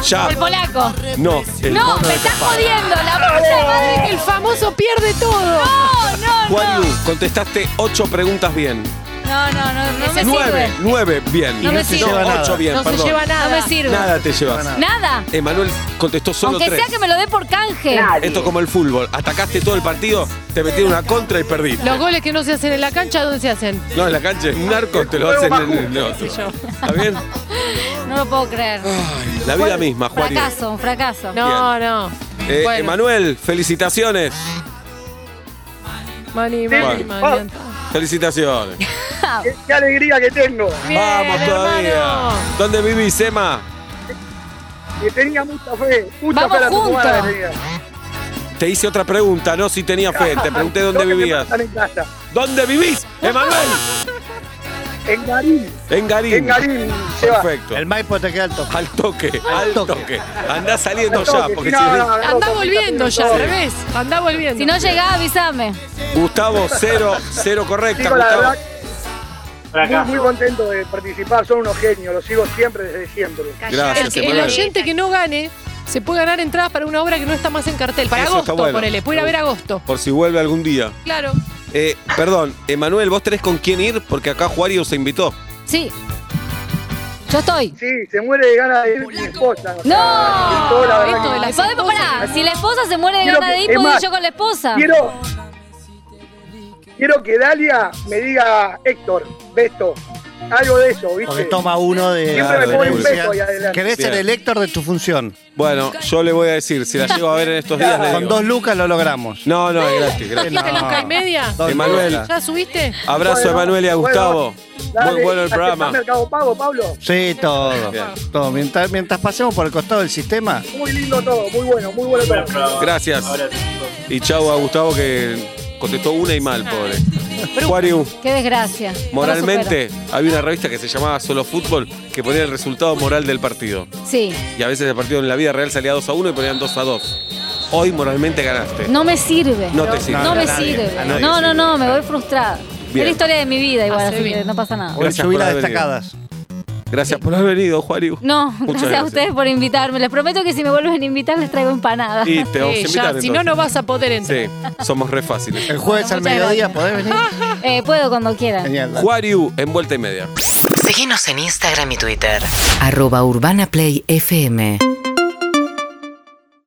Speaker 2: Ya.
Speaker 4: El polaco.
Speaker 2: No, Ah, el
Speaker 4: No,
Speaker 2: mono
Speaker 4: me
Speaker 2: de
Speaker 4: estás
Speaker 2: Capanga.
Speaker 4: jodiendo. La puta madre que el
Speaker 3: el famoso pierde todo.
Speaker 4: No, no,
Speaker 2: Juan Yu,
Speaker 4: no.
Speaker 2: contestaste ocho preguntas bien.
Speaker 4: No, no, no, no me
Speaker 2: Nueve,
Speaker 4: sirve.
Speaker 2: nueve bien.
Speaker 4: No me sirve.
Speaker 2: No,
Speaker 5: Nada.
Speaker 2: ocho bien,
Speaker 3: No
Speaker 2: perdón.
Speaker 3: se lleva
Speaker 4: No
Speaker 3: nada.
Speaker 4: me sirve.
Speaker 2: Nada te llevas.
Speaker 4: Nada.
Speaker 2: Emanuel contestó solo
Speaker 4: Aunque
Speaker 2: tres.
Speaker 4: sea que me lo dé por canje.
Speaker 2: Esto como el fútbol. Atacaste todo el partido, te metieron una contra y perdiste.
Speaker 3: Los goles que no se hacen en la cancha, ¿dónde se hacen?
Speaker 2: No, en la cancha es un narco, te lo hacen en el otro. ¿Está bien?
Speaker 4: No lo puedo creer.
Speaker 2: La Ah, vida misma, Juan Yu.
Speaker 4: Fracaso, un fracaso.
Speaker 3: No, no.
Speaker 2: Eh,
Speaker 3: Bueno.
Speaker 2: Emanuel, felicitaciones.
Speaker 3: Mani, mani,
Speaker 2: Bueno.
Speaker 3: mani.
Speaker 2: Oh. Felicitaciones.
Speaker 6: Qué, qué alegría que tengo.
Speaker 3: Bien,
Speaker 2: Vamos todavía.
Speaker 3: hermano.
Speaker 2: ¿Dónde vivís, Emma?
Speaker 6: Que tenía mucha fe. Mucha
Speaker 4: Vamos
Speaker 6: fe a la Tucumana
Speaker 4: juntos.
Speaker 6: tenía.
Speaker 2: Te hice otra pregunta, no si tenía fe. Te pregunté dónde
Speaker 6: Lo que me
Speaker 2: vivías.
Speaker 6: pasan en casa.
Speaker 2: ¿Dónde vivís, Emanuel?
Speaker 6: En Garín.
Speaker 2: En Garín.
Speaker 6: En Garín. Se va.
Speaker 2: Perfecto.
Speaker 5: El Maipo te queda alto.
Speaker 2: Al toque, al toque. Andá saliendo ya, porque si
Speaker 6: No, no, no,
Speaker 3: Andá
Speaker 6: no,
Speaker 3: volviendo
Speaker 6: no,
Speaker 3: ya,
Speaker 6: no.
Speaker 3: al revés. Andá volviendo.
Speaker 4: Si no llegás, avísame.
Speaker 2: Gustavo, cero, cero correcta,
Speaker 6: Chicos, la
Speaker 2: Gustavo.
Speaker 6: verdad,
Speaker 1: Para acá.
Speaker 6: muy, muy contento de participar. Son unos genios. Los sigo siempre desde siempre.
Speaker 2: Gracias,
Speaker 3: el, que- el
Speaker 2: Emanuel.
Speaker 3: oyente que no gane se puede ganar entradas para una obra que no está más en cartel. Para
Speaker 2: Eso está
Speaker 3: agosto,
Speaker 2: bueno.
Speaker 3: ponele. Puede ir a ver agosto.
Speaker 2: Por si vuelve algún día.
Speaker 3: Claro.
Speaker 2: Eh, perdón, Emanuel, ¿vos tenés con quién ir? Porque acá Juario se invitó.
Speaker 4: Sí. Yo estoy.
Speaker 6: Sí, se muere de ganas de ir mi esposa. o
Speaker 4: ¡No!
Speaker 6: sea, yo, la verdad
Speaker 3: Esto de
Speaker 6: que-
Speaker 3: la-
Speaker 4: Podemos- pará, Si la esposa se muere de
Speaker 6: Quiero
Speaker 4: ganas de
Speaker 6: que-
Speaker 4: ir,
Speaker 6: es
Speaker 4: puedo ir
Speaker 6: más,
Speaker 4: yo con la esposa.
Speaker 6: Quiero, quiero que Dalia me diga, Héctor, Beto, algo de eso, ¿viste?
Speaker 5: Porque toma uno de
Speaker 6: Siempre
Speaker 7: me pone un
Speaker 6: beso ahí adelante.
Speaker 5: Querés ser
Speaker 7: Bien.
Speaker 5: el Héctor de tu función.
Speaker 7: Bueno, yo le voy a decir, si la llego a ver en estos días, le
Speaker 5: Con
Speaker 7: digo.
Speaker 5: dos lucas lo logramos.
Speaker 7: No, no, gracias, gracias.
Speaker 3: ¿Dijiste
Speaker 5: No.
Speaker 3: Luca y media?
Speaker 5: Dos
Speaker 7: Emanuela.
Speaker 5: lucas.
Speaker 3: ¿Ya subiste?
Speaker 7: Abrazo a
Speaker 6: Bueno,
Speaker 7: Emanuel y a
Speaker 6: bueno,
Speaker 7: Gustavo.
Speaker 6: Dale,
Speaker 7: Muy bueno el
Speaker 6: ¿aceptás
Speaker 7: programa.
Speaker 6: Mercado Pago, Pablo?
Speaker 5: Sí, todo.
Speaker 7: Bien.
Speaker 5: todo. Mientras, mientras pasemos por el costado del sistema,
Speaker 6: Muy lindo todo, muy bueno, muy bueno
Speaker 1: Bueno,
Speaker 6: todo.
Speaker 1: pero
Speaker 7: Gracias.
Speaker 1: Ahora, chicos,
Speaker 7: Y chau a Gustavo que contestó una y mal, pobre. Acuario,
Speaker 4: Qué desgracia. No lo
Speaker 7: moralmente, había una revista que se llamaba Solo Fútbol que ponía el resultado moral del partido.
Speaker 4: supero. Sí.
Speaker 7: Y a veces el partido en la vida real salía 2 a 1 y ponían 2 a 2. Hoy moralmente ganaste.
Speaker 4: No me sirve.
Speaker 7: No te sirve.
Speaker 4: No,
Speaker 5: No,
Speaker 4: me
Speaker 5: a nadie, a
Speaker 4: sirve.
Speaker 5: nadie
Speaker 4: No, no,
Speaker 5: sirve.
Speaker 4: no, me voy frustrada. Es
Speaker 7: Bien.
Speaker 4: la historia de mi vida igual,
Speaker 3: Hace
Speaker 4: así que
Speaker 3: bien.
Speaker 4: no pasa nada.
Speaker 5: voy a
Speaker 7: Gracias
Speaker 5: subir
Speaker 7: por
Speaker 5: a
Speaker 7: haber venido.
Speaker 5: destacadas.
Speaker 7: Gracias por haber venido, Juario.
Speaker 4: No,
Speaker 7: Muchas
Speaker 4: gracias a
Speaker 7: gracias.
Speaker 4: ustedes por invitarme. Les prometo que si me vuelven a invitar les traigo empanadas.
Speaker 7: Y te vamos a
Speaker 3: Sí,
Speaker 7: invitar.
Speaker 3: Eh, ya, si no,
Speaker 7: entonces.
Speaker 3: no vas a poder entrar.
Speaker 7: Sí, somos re fáciles.
Speaker 5: El jueves al
Speaker 4: Muchas
Speaker 5: mediodía,
Speaker 4: gracias.
Speaker 5: ¿podés venir?
Speaker 4: Eh, puedo cuando quieran.
Speaker 5: Genial. dale.
Speaker 7: Juario, en vuelta y media.
Speaker 8: Síguenos en Instagram y Twitter. Arroba Urbana Play FM.